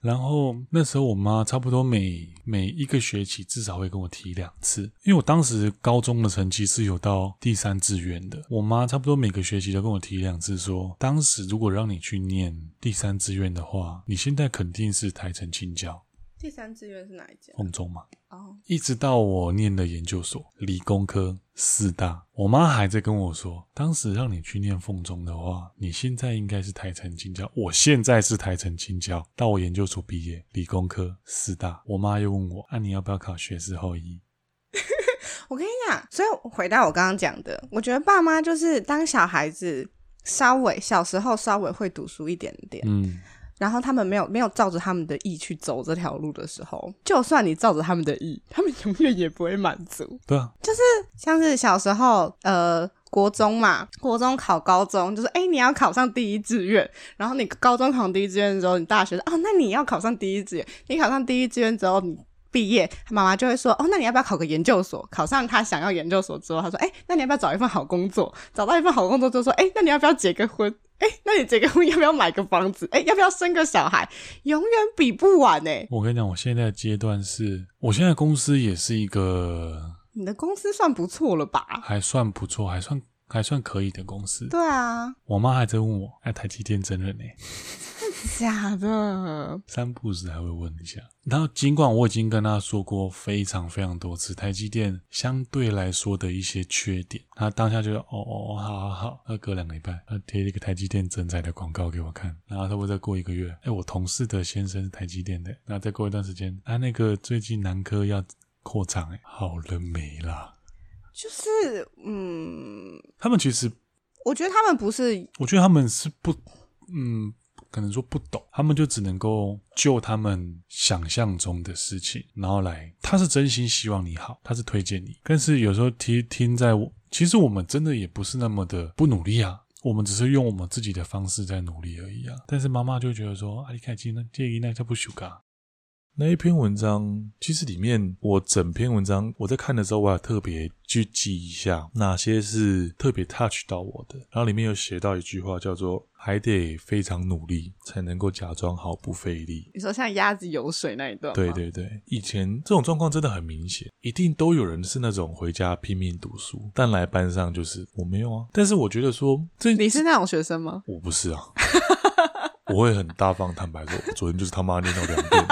然后那时候我妈差不多每每一个学期至少会跟我提两次，因为我当时高中的成绩是有到第三志愿的，我妈差不多每个学期都跟我提两次说，当时如果让你去念第三志愿的话，你现在肯定是台城青教
第三志愿是哪一间？
凤中嘛。
哦，
一直到我念了研究所，理工科四大，我妈还在跟我说，当时让你去念凤中的话，你现在应该是台城青教。我现在是台城青教，到我研究所毕业，理工科四大，我妈又问我，啊，你要不要考学士后医？
我跟你讲，所以回到我刚刚讲的，我觉得爸妈就是当小孩子稍微小时候稍微会读书一点点，
嗯，
然后他们没有没有照着他们的意去走这条路的时候，就算你照着他们的意，他们永远也不会满足。
对啊，
像是小时候，呃，国中嘛，国中考高中，就是哎、诶你要考上第一志愿，然后你高中考第一志愿之后，你大学哦，那你要考上第一志愿，你考上第一志愿之后，你。毕业，妈妈就会说：“哦，那你要不要考个研究所？考上他想要研究所之后，他说：‘哎、那你要不要找一份好工作？找到一份好工作就说：‘哎、那你要不要结个婚？哎、那你结个婚要不要买个房子？哎、要不要生个小孩？’永远比不完哎、
我跟你讲，我现在的阶段是，我现在公司也是一个
你的公司算不错了吧？
还算不错，还算还算可以的公司。
对啊，
我妈还在问我，哎、台积电真人呢、
假的。
三不五时还会问一下。然后，尽管我已经跟他说过非常非常多次台积电相对来说的一些缺点，他当下就哦哦，好好好，那隔两个礼拜，他贴一个台积电整彩的广告给我看，然后他会再过一个月，哎，我同事的先生是台积电的，那再过一段时间，啊，那个最近南科要扩厂，哎，好了没啦？
就是，嗯，
他们其实，
我觉得他们不是，
我觉得他们是不，嗯。可能说不懂，他们就只能够就他们想象中的事情，然后来，他是真心希望你好，他是推荐你，但是有时候听听在我，其实我们真的也不是那么的不努力啊。我们只是用我们自己的方式在努力而已啊，但是妈妈就会觉得说，啊，你看今天这一那叫不修啊嘎。那一篇文章，其实里面我整篇文章我在看的时候，我还特别去记一下哪些是特别 touch 到我的。然后里面有写到一句话，叫做“还得非常努力才能够假装毫不费力”。
你说像鸭子游水那一段，
对，对对，以前这种状况真的很明显，一定都有人是那种回家拼命读书，但来班上就是我没有啊。但是我觉得说这
你是那种学生吗？
我不是啊，我会很大方坦白说，我昨天就是他妈念到两点了。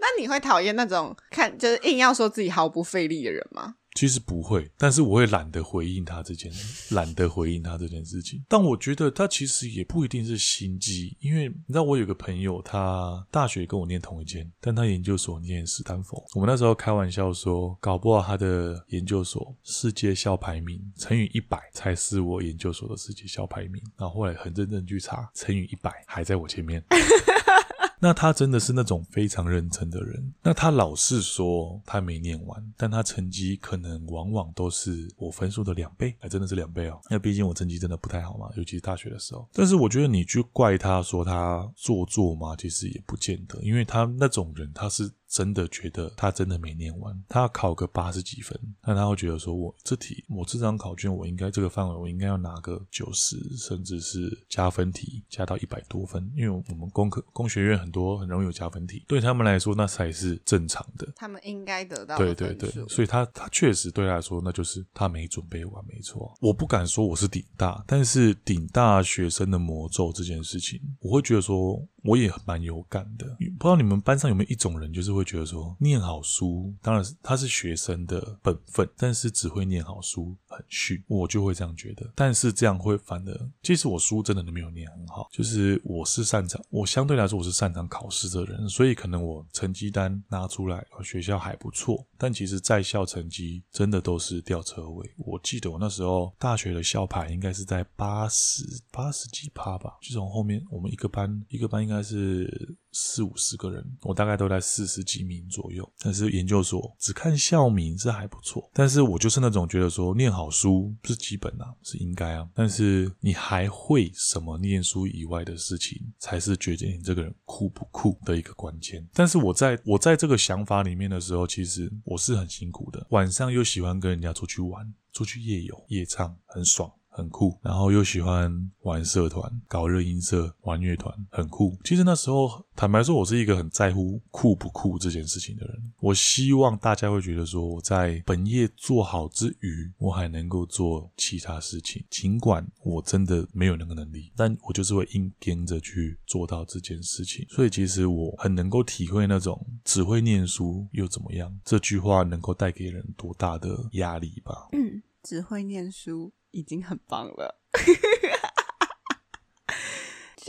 那你会讨厌那种看就是硬要说自己毫不费力的人吗？
其实不会，但是我会懒得回应他这件，懒得回应他这件事情。但我觉得他其实也不一定是心机，因为你知道我有个朋友，他大学跟我念同一间，但他研究所念斯坦福。我们那时候开玩笑说，搞不好他的研究所世界校排名乘以一百才是我研究所的世界校排名。然后后来很认真去查，乘以一百还在我前面。 那他真的是那种非常认真的人。那他老是说他没念完，但他成绩可能往往都是我分数的两倍，还真的是两倍哦。那毕竟我成绩真的不太好嘛，尤其是大学的时候。但是我觉得你去怪他说他做作嘛，其实也不见得，因为他那种人他是。真的觉得他真的没念完，他考个八十几分，那他会觉得说我这题我这张考卷我应该这个范围我应该要拿个九十，甚至是加分题加到一百多分，因为我们工科工学院很多很容易有加分题，对他们来说那才是正常的。
他们应该得到
对
的
对
分
对
数，
所以他他确实对他来说，那就是他没准备完，没错。我不敢说我是顶大，但是顶大学生的魔咒这件事情，我会觉得说我也蛮有感的。不知道你们班上有没有一种人，就是会觉得说念好书，当然是他是学生的本分，但是只会念好书很逊，我就会这样觉得。但是这样会反而，其实我书真的没有念很好，就是我是擅长，我相对来说我是擅长考试的人，所以可能我成绩单拿出来，呃学校还不错，但其实在校成绩真的都是吊车尾。我记得我那时候大学的校排应该是在八十八十几趴吧，就从后面我们一个班一个班应该是四五十个人，我大概都在四十几名左右。但是研究所只看校名是还不错，但是我就是那种觉得说念好书是基本啊，是应该啊。但是你还会什么念书以外的事情，才是决定你这个人酷不酷的一个关键。但是我在我在这个想法里面的时候，其实我是很辛苦的，晚上又喜欢跟人家出去玩，出去夜游、夜唱，很爽。很酷，然后又喜欢玩社团、搞热音社、玩乐团，很酷。其实那时候，坦白说，我是一个很在乎酷不酷这件事情的人。我希望大家会觉得说，我在本业做好之余，我还能够做其他事情，尽管我真的没有那个能力，但我就是会硬跟着去做到这件事情。所以，其实我很能够体会那种只会念书又怎么样这句话能够带给人多大的压力吧。
嗯，只会念书已经很棒了。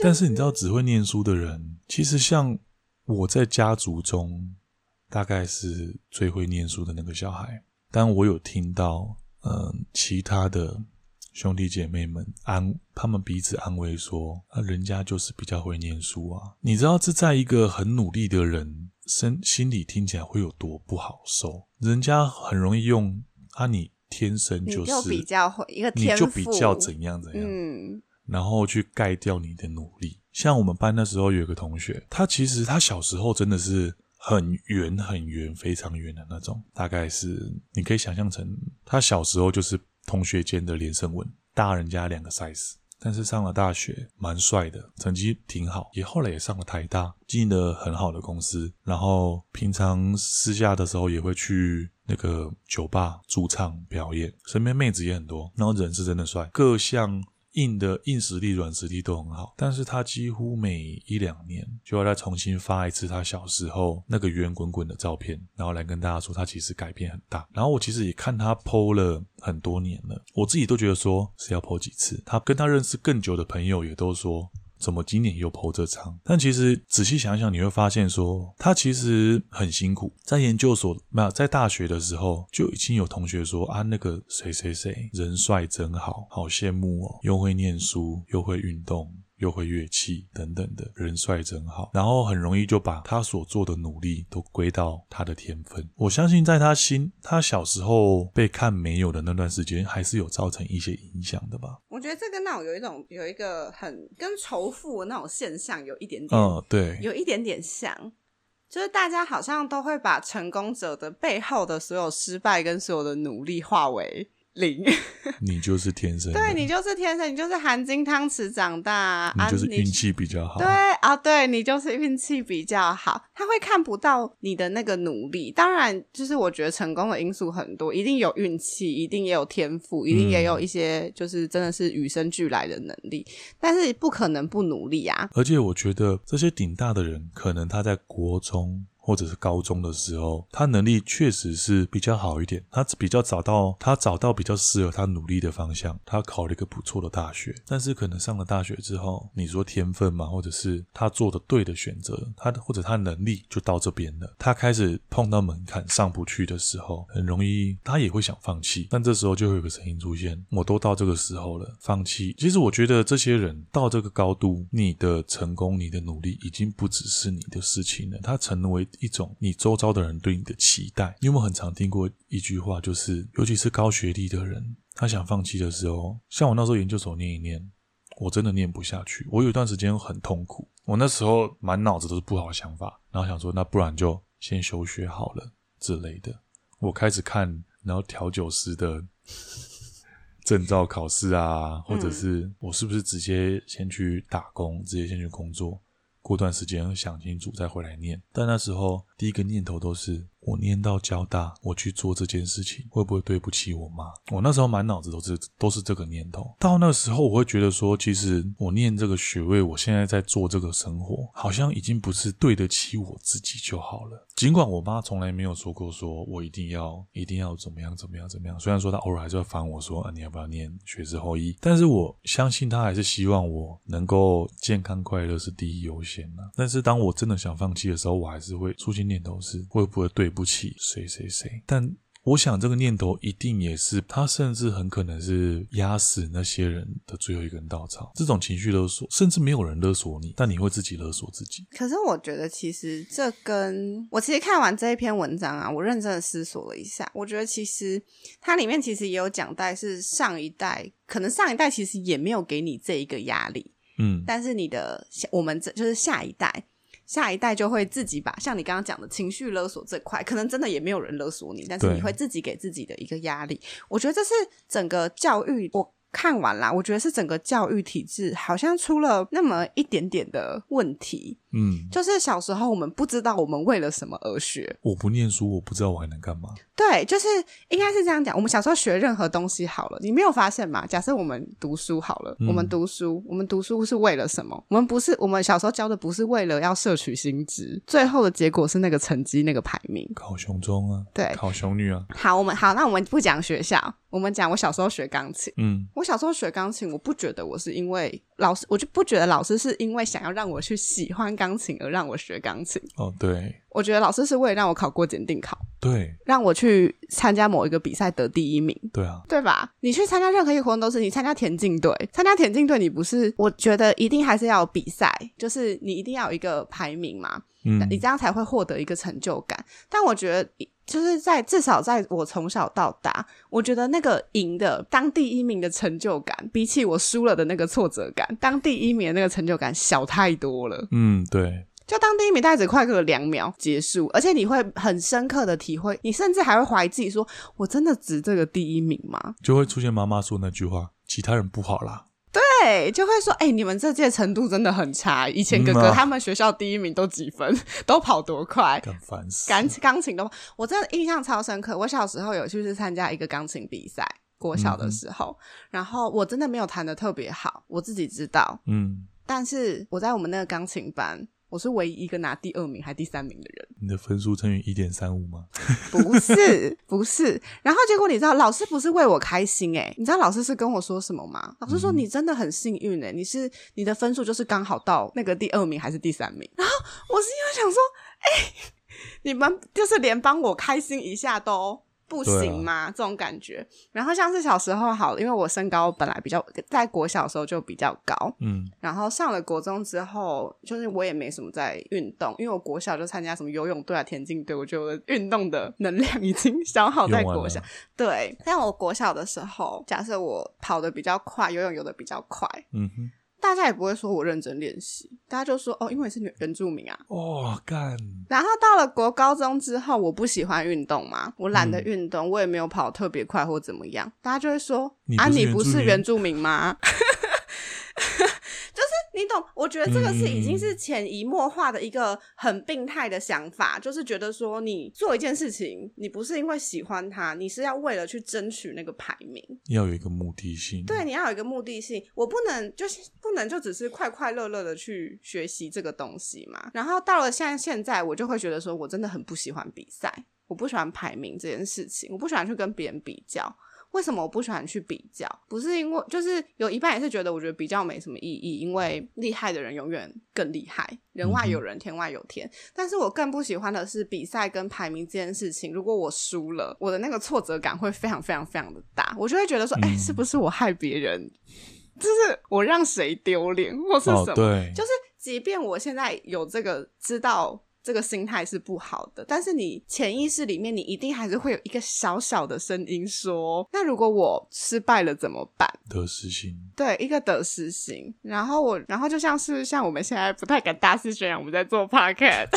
但是你知道，只会念书的人，其实像我在家族中，大概是最会念书的那个小孩。但我有听到，嗯、其他的兄弟姐妹们安，他们彼此安慰说，啊，人家就是比较会念书啊。你知道，这在一个很努力的人身心里听起来会有多不好受？人家很容易用啊，你天生
你
就是，
就比较会一个
你
天赋，
就比较怎样啊怎样。
嗯，
然后去盖掉你的努力。像我们班那时候有一个同学，他其实他小时候真的是很圆很圆，非常圆的那种，大概是你可以想象成他小时候就是同学间的连胜文，大人家两个 size。但是上了大学，蛮帅的，成绩挺好，也后来也上了台大，进了很好的公司，然后平常私下的时候也会去那个酒吧驻唱表演，身边妹子也很多，然后人是真的帅，各项硬的硬实力、软实力都很好，但是他几乎每一两年就要再重新发一次他小时候那个圆滚滚的照片，然后来跟大家说他其实改变很大。然后我其实也看他 PO 了很多年了，我自己都觉得说是要 PO 几次。他跟他认识更久的朋友也都说。怎么今年又 PO 这张？但其实仔细想想，你会发现说，他其实很辛苦。在研究所没有在大学的时候，就已经有同学说啊，那个谁谁谁人帅真好，好羡慕哦，又会念书，又会运动。又会乐器等等的，人帅真好，然后很容易就把他所做的努力都归到他的天分。我相信在他心，他小时候被看没有的那段时间，还是有造成一些影响的吧。
我觉得这跟那种有一种有一个很跟仇富那种现象有一点点，
嗯，对，
有一点点像，就是大家好像都会把成功者的背后的所有失败跟所有的努力化为零。
你就是天生的，
对你就是天生，你就是含金汤匙长大啊，
你就是
啊
运。气比较好。
对啊，对你就是运气比较好，他会看不到你的那个努力。当然，就是我觉得成功的因素很多，一定有运气，一定也有天赋，一定也
嗯
有一些就是真的是与生俱来的能力，但是不可能不努力啊。
而且我觉得这些顶大的人，可能他在国中或者是高中的时候，他能力确实是比较好一点，他比较找到他找到比较适合他努力的方向，他考了一个不错的大学。但是可能上了大学之后，你说天分嘛，或者是他做的对的选择，他的或者他能力就到这边了，他开始碰到门槛上不去的时候，很容易他也会想放弃。但这时候就会有个声音出现：我都到这个时候了，放弃。其实我觉得这些人到这个高度，你的成功、你的努力已经不只是你的事情了，它成为一种你周遭的人对你的期待。你有没有很常听过一句话，就是尤其是高学历的人，他想放弃的时候，像我那时候研究所念一念，我真的念不下去。我有一段时间很痛苦，我那时候满脑子都是不好的想法，然后想说，那不然就先休学好了之类的。我开始看，然后调酒师的证照考试啊，或者是我是不是直接先去打工，直接先去工作，过段时间想清楚再回来念。但那时候第一个念头都是，我念到交大，我去做这件事情，会不会对不起我妈？我那时候满脑子都是都是这个念头。到那时候，我会觉得说，其实我念这个学位，我现在在做这个生活，好像已经不是对得起我自己就好了。尽管我妈从来没有说过说我一定要一定要怎么样怎么样怎么样，虽然说她偶尔还是会烦我说啊你要不要念学士后医，但是我相信她还是希望我能够健康快乐是第一优先呐、但是当我真的想放弃的时候，我还是会出现念头是会不会对不起谁谁谁，但。我想这个念头一定也是他，甚至很可能是压死那些人的最后一根稻草。这种情绪勒索，甚至没有人勒索你，但你会自己勒索自己。
可是我觉得，其实这跟我其实看完这一篇文章啊，我认真的思索了一下，我觉得其实它里面其实也有讲到，是上一代，可能上一代其实也没有给你这一个压力，
嗯，
但是你的下我们这就是下一代，下一代就会自己把像你刚刚讲的情绪勒索这块，可能真的也没有人勒索你，但是
对
你会自己给自己的一个压力。我觉得这是整个教育我。看完啦，我觉得是整个教育体制好像出了那么一点点的问题，
嗯，
就是小时候我们不知道我们为了什么而学。
我不念书，我不知道我还能干嘛。
对，就是应该是这样讲。我们小时候学任何东西好了，你没有发现吗？假设我们读书好了，我们读书，我们读书是为了什么？我们不是我们小时候教的不是为了要摄取新知，最后的结果是那个成绩那个排名。
考雄中啊，
对
考雄女啊，
好，我们好，那我们不讲学校，我们讲我小时候学钢琴。
嗯，
我小时候学钢琴，我不觉得我是因为老师，我就不觉得老师是因为想要让我去喜欢钢琴而让我学钢琴。
哦，对
我觉得老师是为了让我考过检定考，
对
让我去参加某一个比赛得第一名。
对啊，
对吧？你去参加任何一个活动都是，你参加田径队，参加田径队你不是，我觉得一定还是要有比赛，就是你一定要有一个排名嘛，
嗯
你这样才会获得一个成就感。但我觉得，就是在至少在我从小到大，我觉得那个赢的当第一名的成就感，比起我输了的那个挫折感，当第一名的那个成就感小太多了。
嗯，对，
就当第一名，大概只快乐两秒结束，而且你会很深刻的体会，你甚至还会怀疑自己说：我真的值这个第一名吗？
就会出现妈妈说那句话：其他人不好啦。
对，就会说，哎、你们这届程度真的很差。以前哥
嗯
哥
啊
他们学校第一名都几分，都跑多 快，
干烦死！
钢钢琴都，我真的印象超深刻。我小时候有去是参加一个钢琴比赛，国小的时候，然后我真的没有弹的特别好，我自己知道，
嗯，
但是我在我们那个钢琴班。我是唯一一个拿第二名还第三名的人，
你的分数乘以一点三五吗？
不是不是。然后结果你知道，老师不是为我开心哎、你知道老师是跟我说什么吗？老师说你真的很幸运哎、你是你的分数就是刚好到那个第二名还是第三名。然后我是因为想说，哎、你们就是连帮我开心一下都。哦不行吗？这种感觉。然后像是小时候好了，因为我身高本来比较，在国小的时候就比较高，
嗯
然后上了国中之后，就是我也没什么在运动，因为我国小就参加什么游泳队啊、田径队，我觉得我的运动的能量已经 消耗在
用完了
国小。对，但我国小的时候，假设我跑得比较快，游泳游得比较快，
嗯哼，
大家也不会说我认真练习，大家就说哦，因为你是原原住民啊。
哦，干，
然后到了国高中之后，我不喜欢运动嘛，我懒得
嗯
运动，我也没有跑特别快或怎么样，大家就会说
你
啊，
不是
你
原
不
住
是
民
原住民吗？ 就是你懂，我觉得这个是已经
嗯
是潜移默化的一个很病态的想法，就是觉得说你做一件事情，你不是因为喜欢它，你是要为了去争取那个排名。
要有一个目的性。哦
对，，你要有一个目的性，我不能就是不能就只是快快乐乐的去学习这个东西嘛。然后到了现在现在，我就会觉得说我真的很不喜欢比赛，我不喜欢排名这件事情，我不喜欢去跟别人比较。为什么我不喜欢去比较？不是因为就是有一半也是觉得我觉得比较没什么意义，因为厉害的人永远更厉害，人外有人，天外有天。但是我更不喜欢的是比赛跟排名这件事情。如果我输了，我的那个挫折感会非常非常非常的大，我就会觉得说，
嗯
哎、是不是我害别人？就是我让谁丢脸，或是
哦
什，么？
对，
就是即便我现在有这个知道。这个心态是不好的，但是你潜意识里面，你一定还是会有一个小小的声音说：“那如果我失败了怎么办？”
得失心。
对，一个得失心。然后我，然后就像是像我们现在不太敢大肆宣扬我们在做 podcast，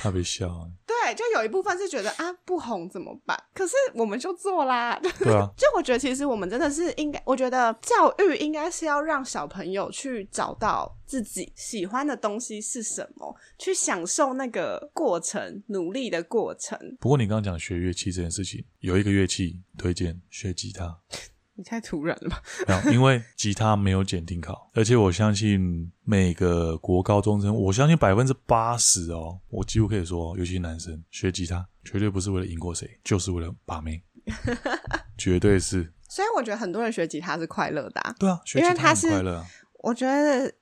怕被笑、啊，
对，就有一部分是觉得啊不红怎么办？可是我们就做啦。
对啊，
就我觉得其实我们真的是应该，我觉得教育应该是要让小朋友去找到自己喜欢的东西是什么，去享受那个过程，努力的过程。
不过你刚刚讲学乐器这件事情，有一个乐器推荐学吉他，
你太突然了吧？
没有，因为吉他没有检定考，而且我相信每个国高中生，我相信百分之八十哦，我几乎可以说，尤其男生学吉他绝对不是为了赢过谁，就是为了把 妹，绝对是。
所以我觉得很多人学吉他是快乐的、啊。
对啊，学
因为
吉他
它
很
是
快乐啊，
我觉得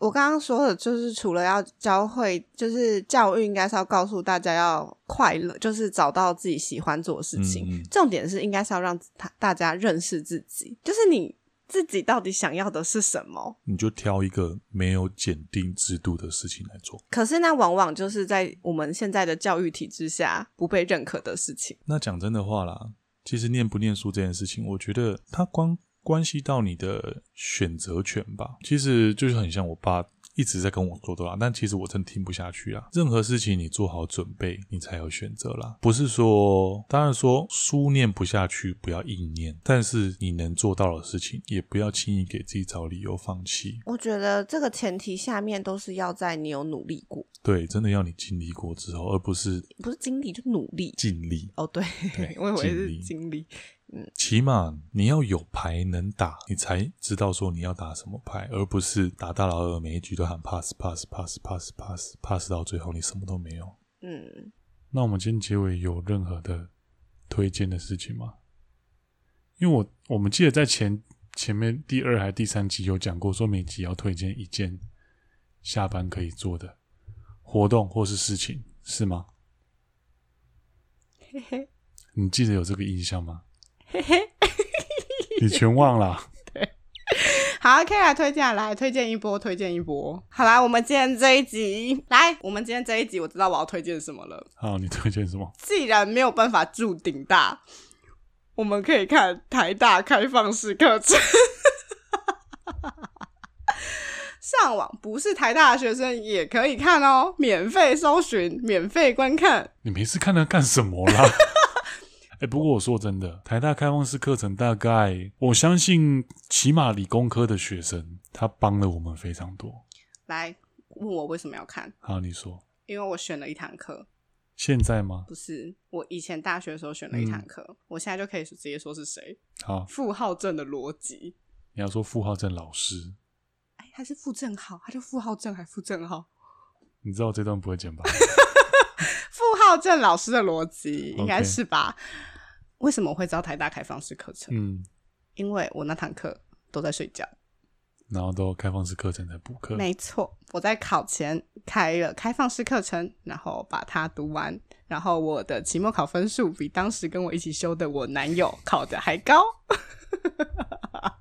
我刚刚说的，就是除了要教会，就是教育应该是要告诉大家要快乐，就是找到自己喜欢做的事情。
嗯嗯
重点是应该是要让他大家认识自己，就是你自己到底想要的是什么。
你就挑一个没有检定制度的事情来做。
可是那往往就是在我们现在的教育体制下不被认可的事情。
那讲真的话啦，其实念不念书这件事情，我觉得它关关系到你的选择权吧。其实就是很像我爸一直在跟我说的啦，但其实我真的听不下去啊。任何事情你做好准备，你才有选择啦。不是说，当然说书念不下去，不要硬念，但是你能做到的事情，也不要轻易给自己找理由放弃。
我觉得这个前提下面都是要在你有努力过，
对，真的要你经历过之后，而不是
不是经历就努力。
尽力。
哦，对，
对
我以为
尽力
是经历。
起码你要有牌能打，你才知道说你要打什么牌，而不是打大老二，每一局都喊 pass pass pass pass pass pass 到最后你什么都没有。
嗯，
那我们今天结尾有任何的推荐的事情吗？因为我我们记得在前前面第二还第三集有讲过，说每集要推荐一件下班可以做的活动或是事情，是吗？
嘿嘿
你记得有这个印象吗？你全忘了啊、
好，可以来推荐，来推荐一波，推荐一波。好啦，我们今天这一集，来，我们今天这一集，我知道我要推荐什么了。
好，你推荐什么？
既然没有办法住顶大，我们可以看台大开放式课程。上网不是台大的学生也可以看哦，免费搜寻，免费观看。
你没事看它干什么啦？ 哎、不过我说真的，台大开放式课程大概，我相信起码理工科的学生，他帮了我们非常多。
来问我为什么要看，
好，你说
因为我选了一堂课，
现在吗？
不是我以前大学的时候选了一堂课，我现在就可以直接说是谁。
好，
傅浩正的逻辑，
你要说傅浩正老师，
哎，他是傅正浩，他叫傅浩正还傅正浩？
你知道我这段不会剪 吧？
傅浩正老师的逻辑
OK
应该是吧为什么我会知道台大开放式课程？
嗯，
因为我那堂课都在睡觉。
然后都开放式课程才补课。
没错，我在考前开了开放式课程，然后把它读完，然后我的期末考分数比当时跟我一起修的我男友考的还高。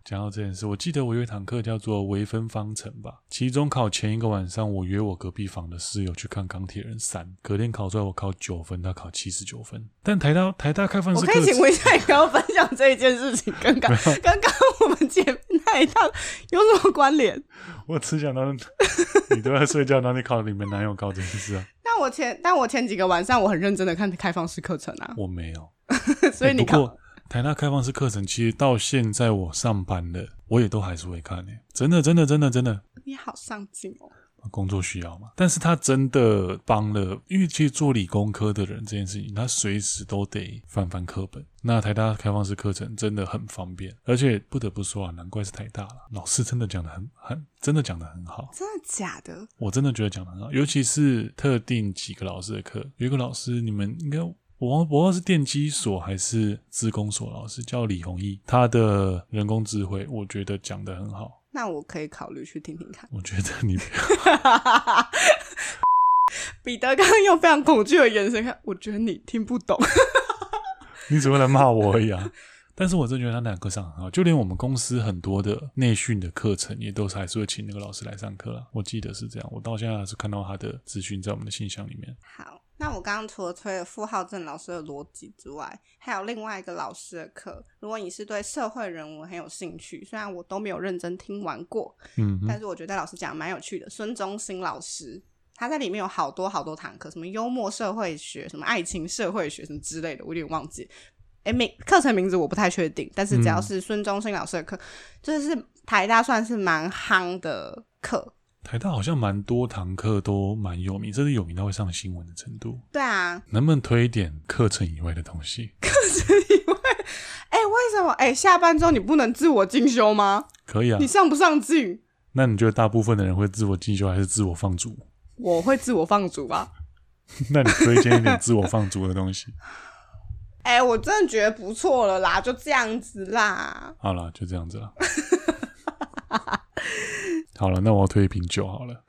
讲到这件事，我记得我有一堂课叫做微分方程吧。期中考前一个晚上，我约我隔壁房的室友去看《钢铁人三》，隔天考出来我考九分，他考七十九分。但台大台大开放
我
式
可
课
以请
程
问一下，你刚刚分享这一件事情，跟 刚刚刚我们前面那一趟有什么关联？
我只想到你都在睡觉，然后你考你们男友高这件事 啊，
但我前但我前几个晚上我很认真的看开放式课程 啊，
我没有。
所以
欸
你
不
考、
过台大开放式课程，其实到现在我上班了，我也都还是会看诶、真的，真的，真的，真的。
你好上进哦。
工作需要嘛，但是他真的帮了，因为其实做理工科的人这件事情，他随时都得翻翻课本。那台大开放式课程真的很方便，而且不得不说啊，难怪是台大了，老师真的讲的很很，真的讲的很好。
真的假的？
我真的觉得讲的很好，尤其是特定几个老师的课，有一个老师你们应该我忘我忘了是电机所还是资工所老师，叫李宏毅，他的人工智慧我觉得讲的很好，
那我可以考虑去听听看。
我觉得 你不要
彼得刚刚用非常恐惧的眼神看，我觉得你听不懂。
你只会来骂我而已啊。但是我真的觉得他那堂课上得很好，就连我们公司很多的内训的课程也都是还是会请那个老师来上课啦。我记得是这样，我到现在还是看到他的资讯在我们的信箱里面。
好，那我刚刚除了推了傅浩正老师的逻辑之外，还有另外一个老师的课。如果你是对社会人文很有兴趣，虽然我都没有认真听完过，
嗯哼，
但是我觉得老师讲得蛮有趣的。孙中兴老师他在里面有好多好多堂课，什么幽默社会学、什么爱情社会学什么之类的，我有点忘记。哎，名课程名字我不太确定，但是只要
嗯
是孙中兴老师的课，就是台大算是蛮夯的课。
台大好像蛮多堂课都蛮有名，甚至有名到会上新闻的程度。
对啊，
能不能推一点课程以外的东西？
哎，为什么？哎，下班之后你不能自我进修吗？
可以啊
你。上不上进？
那你觉得大部分的人会自我进修还是自我放逐？
我会自我放逐吧。
那你推荐一点自我放逐的东西。
哎、我真的觉得不错了啦，就这样子啦。
好了，就这样子了。 好了，那我要推一瓶酒好了，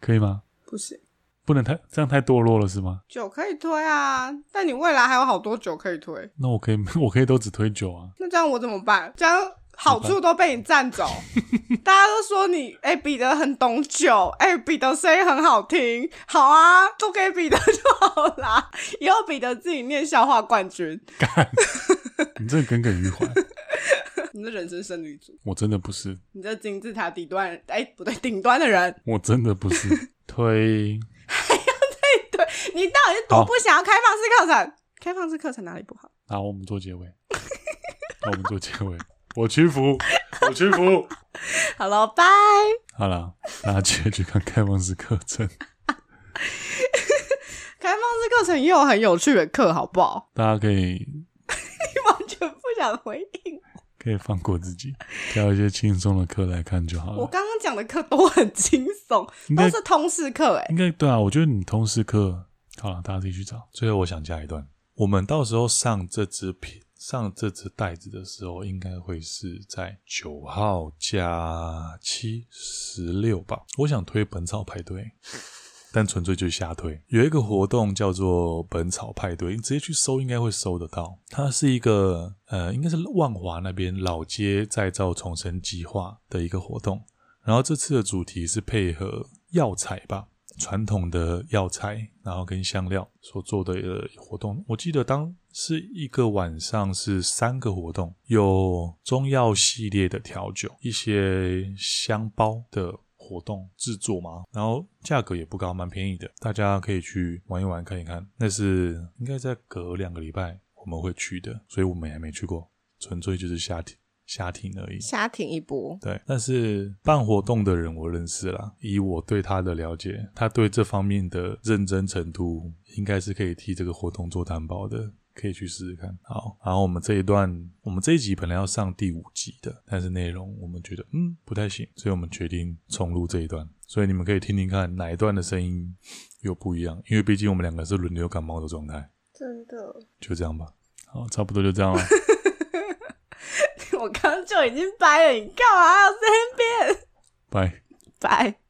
可以吗？
不行，
不能太这样太堕落了是吗？
酒可以推啊，但你未来还有好多酒可以推。
那我可以 我可以都只推酒啊。
那这样我怎么办？这样好处都被你占 走。大家都说你哎、彼得很懂酒，哎、彼得声音很好听，好啊，都给彼得 就好啦。以后彼得自己念笑话冠军，
你真的耿耿于怀。
你是人生胜利组，
我真的不是，
你这金字塔底端，哎、不对，顶端的人，
我真的不是推
对你到底是多
好
不想要开放式课程？开放式课程哪里不好？
好，我们做结尾，好，我们做结尾，我屈服，我屈服。
好了，拜。
好啦，大家记得去看开放式课程，
开放式课程也有很有趣的课，好不好？
大家可以
你完全不想回应。
可以放过自己，挑一些轻松的课来看就好
我哦
了。
刚刚讲的课都很轻松，
应
都
该
是通识课，哎，
应该对啊，我觉得你通识课好了，大家自己去找。最后我想加一段，我们到时候上这支品上这支袋子的时候，应该会是在九号加七十六吧。我想推本草派 对。但纯粹就是瞎推。有一个活动叫做“本草派对”，你直接去搜应该会搜得到。它是一个呃，应该是万华那边老街再造重生计划的一个活动。然后这次的主题是配合药材吧，传统的药材，然后跟香料所做的呃活动。我记得当是一个晚上是三个活动，有中药系列的调酒，一些香包的。活动制作嘛，然后价格也不高，蛮便宜的，大家可以去玩一玩看一看。那是应该在隔两个礼拜我们会去的，所以我们也还没去过，纯粹就是瞎听瞎听而已。
瞎挺一波，
对，但是办活动的人我认识啦，以我对他的了解，他对这方面的认真程度，应该是可以替这个活动做担保的。可以去试试看。好，然后我们这一段，我们这一集本来要上第五集的，但是内容我们觉得嗯不太行，所以我们决定重录这一段。所以你们可以听听看哪一段的声音又不一样，因为毕竟我们两个是轮流感冒的状态，
真的。
就这样吧。好，差不多就这样了。
我刚刚就已经掰了，你干嘛要在那边
拜。
掰？